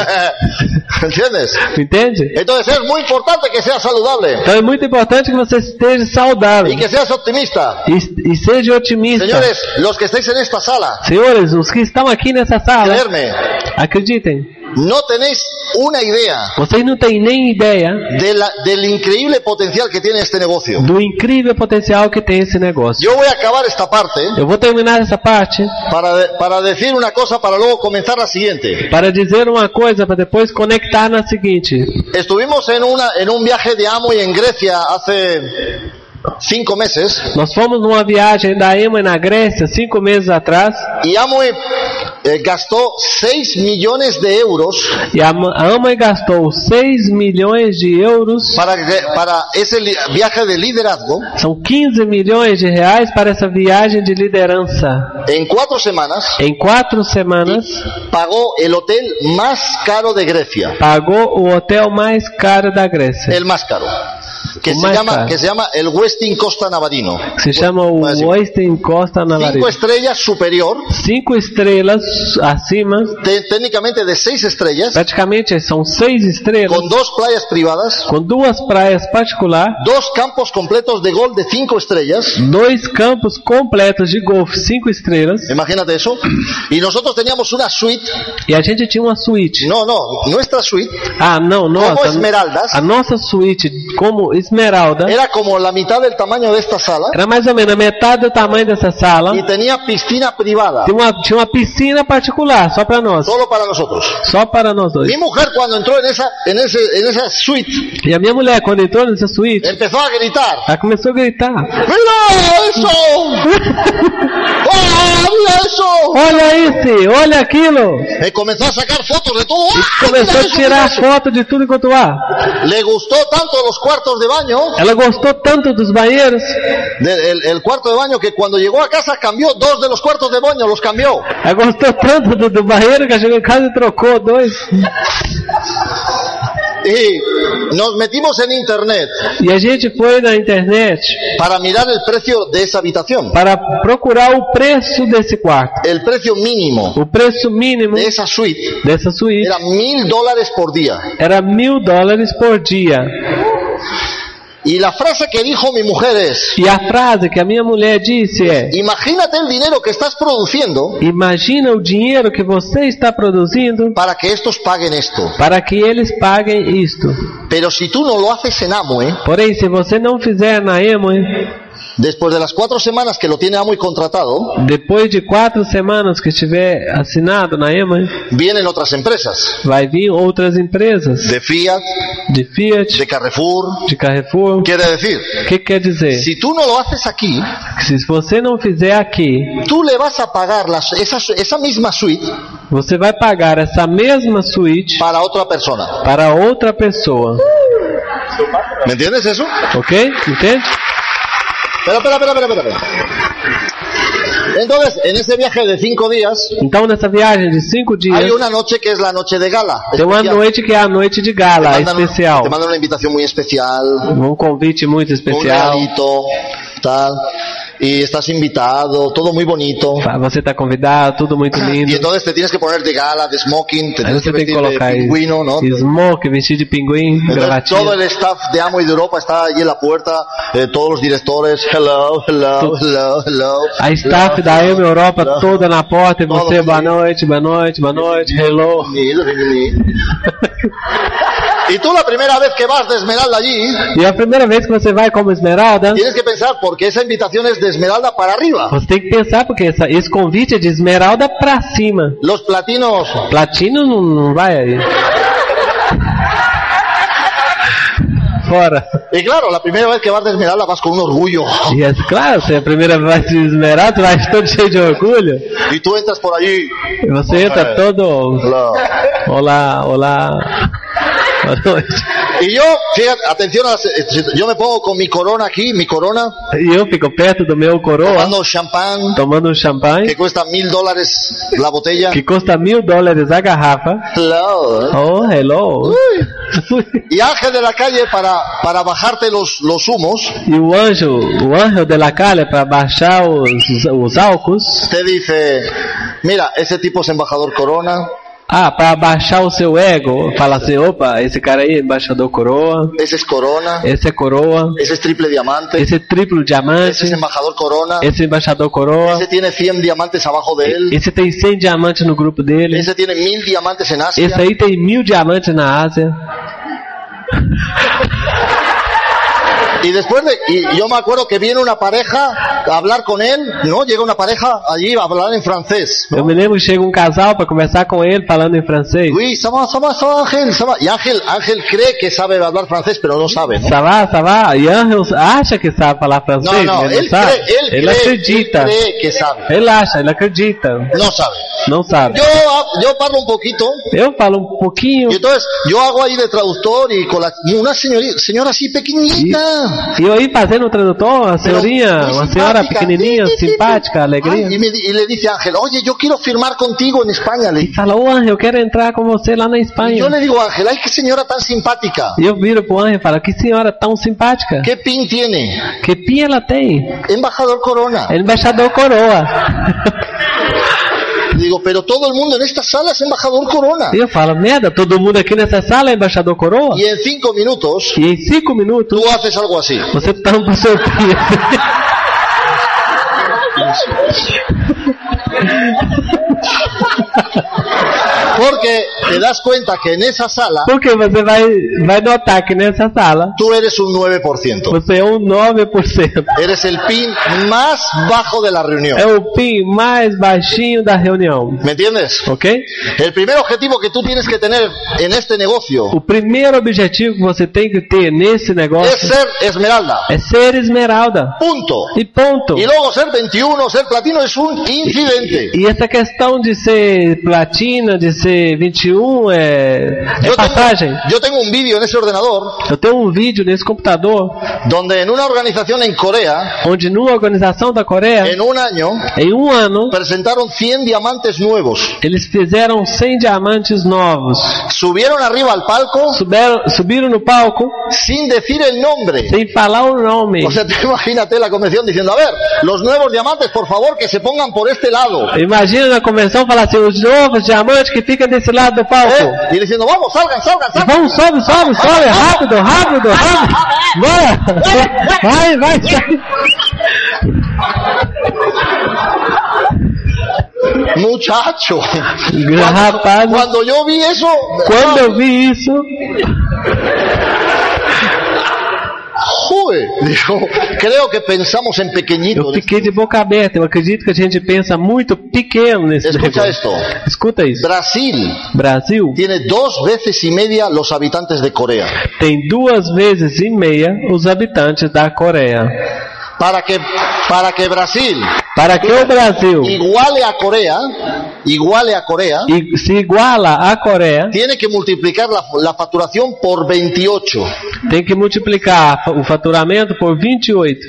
Speaker 2: ¿Entiendes?
Speaker 3: Entende?
Speaker 2: Entonces es muy importante que seas saludable
Speaker 3: Então é muito importante que você esteja saudável.
Speaker 2: y que seas optimista.
Speaker 3: E, e seja otimista.
Speaker 2: Señores, los que estáis en esta sala,
Speaker 3: Senhores, os que estão aqui nessa sala,
Speaker 2: creerme,
Speaker 3: acreditem,
Speaker 2: no tenéis una idea
Speaker 3: vocês não têm nem ideia
Speaker 2: de la- del increíble potencial que tiene este negocio.
Speaker 3: do incrível potencial que tem esse negócio.
Speaker 2: Yo voy a acabar esta parte
Speaker 3: Eu vou terminar essa parte
Speaker 2: para, de- para decir una cosa para luego comenzar la siguiente.
Speaker 3: para dizer uma coisa, para depois conectar na seguinte.
Speaker 2: Estuvimos en, una, en un viaje de Amo y en Grecia hace cinco meses
Speaker 3: Nós fomos numa viagem da EMA na Grécia, cinco meses atrás,
Speaker 2: y Amo gastó 6 millones de euros
Speaker 3: e a Ma- a AMA gastou 6 milhões de euros,
Speaker 2: para, que- para ese li- viaje de liderazgo
Speaker 3: são 15 milhões de reais para essa viagem de liderança.
Speaker 2: en cuatro semanas.
Speaker 3: Em quatro semanas,
Speaker 2: pagó el hotel más caro de Grecia.
Speaker 3: pagou o hotel mais caro da Grécia.
Speaker 2: El más caro. Que,
Speaker 3: El
Speaker 2: se
Speaker 3: más
Speaker 2: llama,
Speaker 3: caro.
Speaker 2: que se llama el Westin Costa Navadino.
Speaker 3: que se chama o
Speaker 2: Assim,
Speaker 3: Oystein Costa
Speaker 2: Cinco
Speaker 3: Navarrete.
Speaker 2: estrellas superior,
Speaker 3: Cinco estrelas acima,
Speaker 2: te- técnicamente de seis estrellas,
Speaker 3: praticamente são seis estrelas,
Speaker 2: con dos playas privadas,
Speaker 3: com duas praias particular,
Speaker 2: dos campos completos de gol de cinco estrellas.
Speaker 3: dois campos completos de golfe cinco estrelas,
Speaker 2: Imagínate eso. Y nosotros teníamos una suite.
Speaker 3: e a gente tinha uma suíte.
Speaker 2: No, no, nuestra suite
Speaker 3: Ah, não, nossa.
Speaker 2: esmeraldas.
Speaker 3: A nossa suíte, como esmeralda,
Speaker 2: era como la mitad del tamaño de esta sala
Speaker 3: era mais ou menos a metade do tamanho dessa sala.
Speaker 2: y tenía piscina privada,
Speaker 3: Tinha uma, tinha uma piscina particular, só para nós.
Speaker 2: solo para nosotros.
Speaker 3: Só para nós dois.
Speaker 2: Mi mujer cuando entró en esa, en ese, en esa suite
Speaker 3: E a minha mulher, quando entrou nessa suíte,
Speaker 2: empezó a gritar.
Speaker 3: ela começou a gritar:
Speaker 2: ¡Mira eso! ¡Ah, mira eso!
Speaker 3: Olha esse, olha aquilo!
Speaker 2: Eh, comenzó a sacar fotos de todo. ¡Ah,
Speaker 3: Começou
Speaker 2: mira
Speaker 3: a
Speaker 2: eso, mira
Speaker 3: tirar
Speaker 2: eso!
Speaker 3: foto de tudo enquanto há.
Speaker 2: Le gustó tanto los cuartos de baño,
Speaker 3: Ela gostou tanto dos banheiros.
Speaker 2: de- el, el cuarto de baño, que cuando llegó a casa cambió dos de los cuartos de baño, los cambió.
Speaker 3: Ela gostou tanto do, do banheiro que ela chegou em casa e trocou dois.
Speaker 2: Y nos metimos en internet
Speaker 3: E a gente foi na internet
Speaker 2: para mirar el precio de esa habitación,
Speaker 3: para procurar o preço desse quarto.
Speaker 2: el precio mínimo
Speaker 3: O preço mínimo
Speaker 2: de esa suite.
Speaker 3: dessa suíte
Speaker 2: Era mil dólares por día.
Speaker 3: era mil dólares por dia.
Speaker 2: Y la frase que dijo mi mujer es,
Speaker 3: E a frase que a minha mulher disse é:
Speaker 2: imagínate el dinero que estás produciendo
Speaker 3: Imagina o dinheiro que você está produzindo
Speaker 2: para que estos paguen esto.
Speaker 3: para que eles paguem isto.
Speaker 2: Pero si tú no lo haces en Amway, ¿eh?
Speaker 3: Porém, se você não fizer na Emoi,
Speaker 2: después de las cuatro semanas que lo tiene Amway contratado,
Speaker 3: Depois de quatro semanas que estiver assinado na EMA,
Speaker 2: vienen otras empresas.
Speaker 3: vai vir outras empresas
Speaker 2: De Fiat,
Speaker 3: de Fiat,
Speaker 2: de Carrefour.
Speaker 3: de Carrefour.
Speaker 2: Quiere decir,
Speaker 3: O que quer dizer?
Speaker 2: si tú no lo haces aquí,
Speaker 3: Que se você não fizer aqui,
Speaker 2: tú le vas a pagar las- esa, su- esa misma suite
Speaker 3: você vai pagar essa mesma suíte
Speaker 2: para otra persona.
Speaker 3: para outra pessoa.
Speaker 2: ¿Me entiendes eso?
Speaker 3: Ok? Entende?
Speaker 2: Espera, espera, espera, espera, espera. Entonces, en ese viaje de cinco días,
Speaker 3: Então, nessa viagem de cinco dias,
Speaker 2: hay una noche que es la noche de gala.
Speaker 3: tem uma
Speaker 2: especial.
Speaker 3: noite que é a noite de
Speaker 2: Te
Speaker 3: gala
Speaker 2: mandan,
Speaker 3: especial.
Speaker 2: te mandan una invitación muy especial,
Speaker 3: Um convite muito
Speaker 2: un
Speaker 3: especial.
Speaker 2: regalito, tal. Y estás invitado, todo muy bonito.
Speaker 3: Fa- Você está convidado, tudo muito
Speaker 2: Y
Speaker 3: lindo.
Speaker 2: entonces te tienes que poner de gala, de smoking, te
Speaker 3: Aí
Speaker 2: tienes que
Speaker 3: você tem que
Speaker 2: vestir de
Speaker 3: colocar
Speaker 2: pingüino, ¿no?
Speaker 3: es- smoke, vestido de pinguim,
Speaker 2: Entonces, todo el
Speaker 3: gravatinha.
Speaker 2: staff de Amo y de Europa está allí en la puerta, eh, todos los directores, hello, hello, hello, hello.
Speaker 3: A staff
Speaker 2: hello,
Speaker 3: da EMA Europa
Speaker 2: hello.
Speaker 3: toda na porta e você,
Speaker 2: Todo
Speaker 3: boa
Speaker 2: mundo.
Speaker 3: noite, boa noite, boa noite, hello.
Speaker 2: Bienvenido, bienvenido. Y tú la primera vez que vas de Esmeralda allí,
Speaker 3: E é a primeira vez que você vai como esmeralda,
Speaker 2: tienes que pensar, porque esa invitación es de Esmeralda para arriba.
Speaker 3: você tem que pensar, porque essa- esse convite é de esmeralda pra cima.
Speaker 2: Los platinos
Speaker 3: Platino não, não vai aí. [laughs] Fora.
Speaker 2: Y claro, la primera vez que vas de Esmeralda vas con un orgullo.
Speaker 3: E é claro, você é a primeira vez de esmeralda, tu vai todo cheio de orgulho.
Speaker 2: Y tú entras por allí.
Speaker 3: E você entra todo.
Speaker 2: Claro.
Speaker 3: Olá, olá. Boa noite.
Speaker 2: Y yo, fíjate, atención, a las- eh, yo me pongo con mi corona aquí, mi corona,
Speaker 3: E eu fico perto do meu coroa,
Speaker 2: tomando champán,
Speaker 3: tomando um champanhe,
Speaker 2: que cuesta mil dólares la botella.
Speaker 3: que custa mil dólares a garrafa.
Speaker 2: Claro.
Speaker 3: Oh, hello. [laughs]
Speaker 2: Y Ángel de la calle para, para bajarte los, los humos,
Speaker 3: E o anjo, o anjo de la calha, para baixar os, os álcools.
Speaker 2: te dice, mira, ese tipo es embajador corona,
Speaker 3: Ah, para baixar o seu ego, fala assim, opa, esse cara aí é embaixador coroa,
Speaker 2: ese es corona,
Speaker 3: esse é coroa,
Speaker 2: ese es triple diamante,
Speaker 3: esse é triplo diamante,
Speaker 2: ese es embajador corona,
Speaker 3: esse é embaixador coroa,
Speaker 2: ese tiene 100 diamantes abajo de él,
Speaker 3: esse tem 100 diamantes no grupo dele,
Speaker 2: ese tiene mil diamantes en Asia.
Speaker 3: esse aí tem mil diamantes na Ásia.
Speaker 2: Y después de, y yo me acuerdo que viene una pareja a hablar con él, ¿no? Llega una pareja allí a hablar en francés.
Speaker 3: Eu me lembro que chega um casal para conversar com ele falando em francês.
Speaker 2: Uy, ça va, ça va, ça va, Ángel, ça va. Y Ángel, Ángel cree que sabe hablar francés, pero no sabe, ¿no?
Speaker 3: Ça va, ça va? E Angel acha que sabe falar
Speaker 2: No,
Speaker 3: francês,
Speaker 2: no,
Speaker 3: mas não
Speaker 2: él
Speaker 3: sabe.
Speaker 2: cree, él
Speaker 3: ele
Speaker 2: cree,
Speaker 3: acredita.
Speaker 2: él cree que sabe.
Speaker 3: Ele acha, ele acredita.
Speaker 2: No sabe.
Speaker 3: Não sabe.
Speaker 2: Yo, yo parlo un poquito,
Speaker 3: Eu falo um pouquinho
Speaker 2: y entonces yo hago ahí de traductor y con la, y una señorita, señora así pequeñita.
Speaker 3: E eu aí fazendo o tradutor, a
Speaker 2: pero
Speaker 3: senhorinha,
Speaker 2: muy
Speaker 3: uma senhora
Speaker 2: simpática.
Speaker 3: pequenininha,
Speaker 2: Sí, sí, sí, sí.
Speaker 3: simpática,
Speaker 2: Ay,
Speaker 3: alegria.
Speaker 2: y, me di- y le dice a Ángel, oye, yo quiero firmar contigo en España. Le
Speaker 3: E fala, ô Anjo, eu quero entrar com você lá na
Speaker 2: Y
Speaker 3: Espanha.
Speaker 2: yo le digo, Ángel, ay, qué señora tan simpática.
Speaker 3: E eu viro pro Anjo e falo, que senhora tão simpática.
Speaker 2: ¿Qué pin tiene?
Speaker 3: Que pia ela tem?
Speaker 2: Embajador Corona.
Speaker 3: É embaixador coroa. [laughs]
Speaker 2: Y digo, pero todo el mundo en esta sala es embajador Corona.
Speaker 3: E eu falo, merda, todo mundo aqui nessa sala é embaixador coroa?
Speaker 2: Y en cinco minutos,
Speaker 3: E em cinco minutos,
Speaker 2: tú haces algo así.
Speaker 3: você tampa o seu pia.
Speaker 2: Porque te das cuenta que en esa sala,
Speaker 3: [laughs] Porque você vai, vai notar que nessa sala,
Speaker 2: tú eres un 9%.
Speaker 3: você é um 9%.
Speaker 2: Eres el pin más bajo de la
Speaker 3: É
Speaker 2: reunión.
Speaker 3: o PIN mais baixinho da reunião.
Speaker 2: ¿Me entiendes?
Speaker 3: Ok?
Speaker 2: El primer objetivo que tú tienes que tener en este negocio
Speaker 3: O primeiro objetivo que você tem que ter nesse
Speaker 2: es
Speaker 3: negócio
Speaker 2: ser esmeralda.
Speaker 3: é ser esmeralda.
Speaker 2: Punto.
Speaker 3: E ponto.
Speaker 2: Y luego ser 21, ser platino es un incidente.
Speaker 3: E essa questão de ser platina, de ser 21, é, é
Speaker 2: Yo
Speaker 3: passagem.
Speaker 2: tengo, yo tengo um vídeo en ese ordenador
Speaker 3: Eu tenho um vídeo nesse computador
Speaker 2: donde en una organización en Corea,
Speaker 3: onde numa organização da Coreia,
Speaker 2: en un año,
Speaker 3: em um ano,
Speaker 2: presentaron 100 diamantes nuevos.
Speaker 3: eles fizeram 100 diamantes novos.
Speaker 2: Subieron arriba al palco
Speaker 3: Suberam, subiram no palco
Speaker 2: sin decir el nombre.
Speaker 3: sem falar o nome.
Speaker 2: O sea, [laughs] tú imagínate la convención diciendo, a ver, los nuevos diamantes, por favor, que se pongan por este lado.
Speaker 3: Imagina na convenção falar assim, os novos diamantes que ficam desse lado do palco.
Speaker 2: ¿Eh? Y diciendo, vamos, salgan, salgan, salgan.
Speaker 3: Vamos, sobe, sobe, sobe, rápido, rápido, rápido. Bora! Vai, vai, sai.
Speaker 2: Muchacho. [laughs]
Speaker 3: Rapaz,
Speaker 2: Cuando yo vi eso,
Speaker 3: quando eu vi isso,
Speaker 2: ah, joder, digo, creo que pensamos en pequeñito.
Speaker 3: eu fiquei de boca aberta. Eu acredito que a gente pensa muito pequeno nesse
Speaker 2: Escucha
Speaker 3: negócio.
Speaker 2: esto.
Speaker 3: Escuta isso.
Speaker 2: Brasil
Speaker 3: Brasil
Speaker 2: tiene dos veces y media los habitantes de Corea.
Speaker 3: tem duas vezes e meia os habitantes da Coreia.
Speaker 2: Para que, para que Brasil
Speaker 3: Para que o Brasil
Speaker 2: iguale a Corea, iguale a Corea,
Speaker 3: i- se iguala à Coreia,
Speaker 2: tiene que multiplicar la, la facturación por 28.
Speaker 3: tem que multiplicar o faturamento por 28.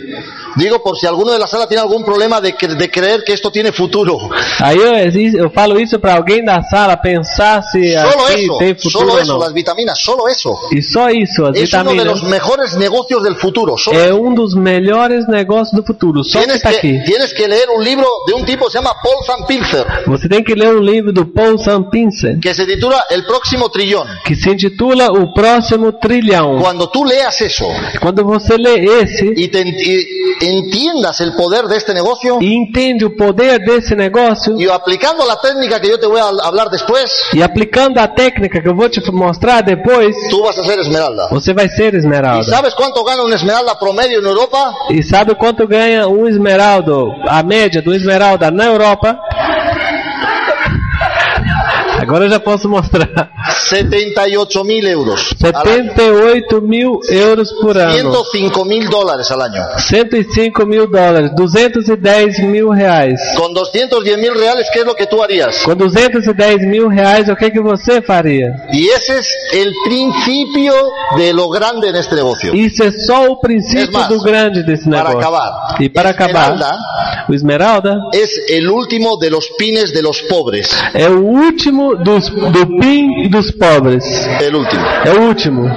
Speaker 2: Digo por si alguno de la sala tiene algún problema de, cre- de creer que esto tiene futuro.
Speaker 3: Aí eu, exi- eu falo isso para alguém da sala pensar se
Speaker 2: Solo
Speaker 3: aqui
Speaker 2: eso,
Speaker 3: tem futuro
Speaker 2: solo
Speaker 3: ou
Speaker 2: eso, las
Speaker 3: não.
Speaker 2: vitaminas, solo eso.
Speaker 3: E só isso, as
Speaker 2: Es uno de
Speaker 3: vitaminas.
Speaker 2: los mejores negocios del futuro. solo
Speaker 3: É um dos melhores negócios do futuro. Só que
Speaker 2: Tienes
Speaker 3: tá aqui.
Speaker 2: que, tienes que leer un libro de un tipo que se llama Paul Van Pilzer,
Speaker 3: Você tem que ler um livro do Paul Sam Pinson
Speaker 2: que se titula El próximo trillón.
Speaker 3: que se intitula O Próximo Trilhão.
Speaker 2: Cuando tú leas eso
Speaker 3: Quando você lê esse
Speaker 2: y, te en- y entiendas el poder de este negocio,
Speaker 3: e entende o poder desse negócio
Speaker 2: y aplicando la técnica que yo te voy a hablar después,
Speaker 3: e aplicando a técnica que eu vou te mostrar depois,
Speaker 2: tú vas a ser esmeralda.
Speaker 3: você vai ser
Speaker 2: ¿Y
Speaker 3: esmeralda.
Speaker 2: sabes cuánto gana un esmeralda promedio en Europa?
Speaker 3: E sabe quanto ganha um esmeraldo? A média do esmeralda na Europa? Agora eu já posso mostrar.
Speaker 2: 78 mil euros. al año.
Speaker 3: 78 mil euros por ano.
Speaker 2: 105 mil dólares al año.
Speaker 3: 105 mil dólares. 210 mil reais.
Speaker 2: Con 210 mil reales, ¿qué es lo que tú harías?
Speaker 3: Com 210 mil reais, o que, que você faria?
Speaker 2: Y ese es el principio de lo grande en este negocio.
Speaker 3: Isso é só o
Speaker 2: Es
Speaker 3: princípio
Speaker 2: más,
Speaker 3: do grande desse
Speaker 2: para
Speaker 3: negócio.
Speaker 2: acabar,
Speaker 3: E para
Speaker 2: Esmeralda
Speaker 3: acabar, o esmeralda
Speaker 2: es el último de los pines de los pobres.
Speaker 3: é o último dos, do PIN dos pobres.
Speaker 2: El último.
Speaker 3: É o último.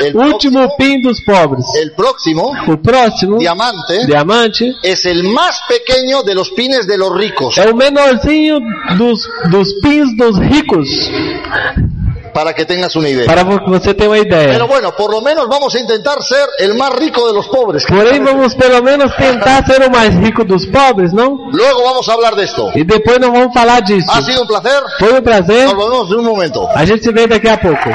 Speaker 2: El,
Speaker 3: Último
Speaker 2: próximo-
Speaker 3: PIN dos pobres.
Speaker 2: el próximo,
Speaker 3: O próximo,
Speaker 2: diamante,
Speaker 3: diamante,
Speaker 2: es el más pequeño de los pines de los ricos.
Speaker 3: é o menorzinho dos, dos pins dos ricos.
Speaker 2: Para que tengas una idea.
Speaker 3: Para vo- que você ter uma ideia.
Speaker 2: Pero bueno, por lo menos vamos a intentar ser el más rico de los pobres.
Speaker 3: Porém, vamos pelo menos tentar ser o mais rico dos pobres, não?
Speaker 2: Luego vamos a hablar de esto.
Speaker 3: E depois não vamos falar disso.
Speaker 2: Ha sido un placer.
Speaker 3: Foi um prazer.
Speaker 2: Nos volvemos en un momento.
Speaker 3: A gente se vê daqui a pouco.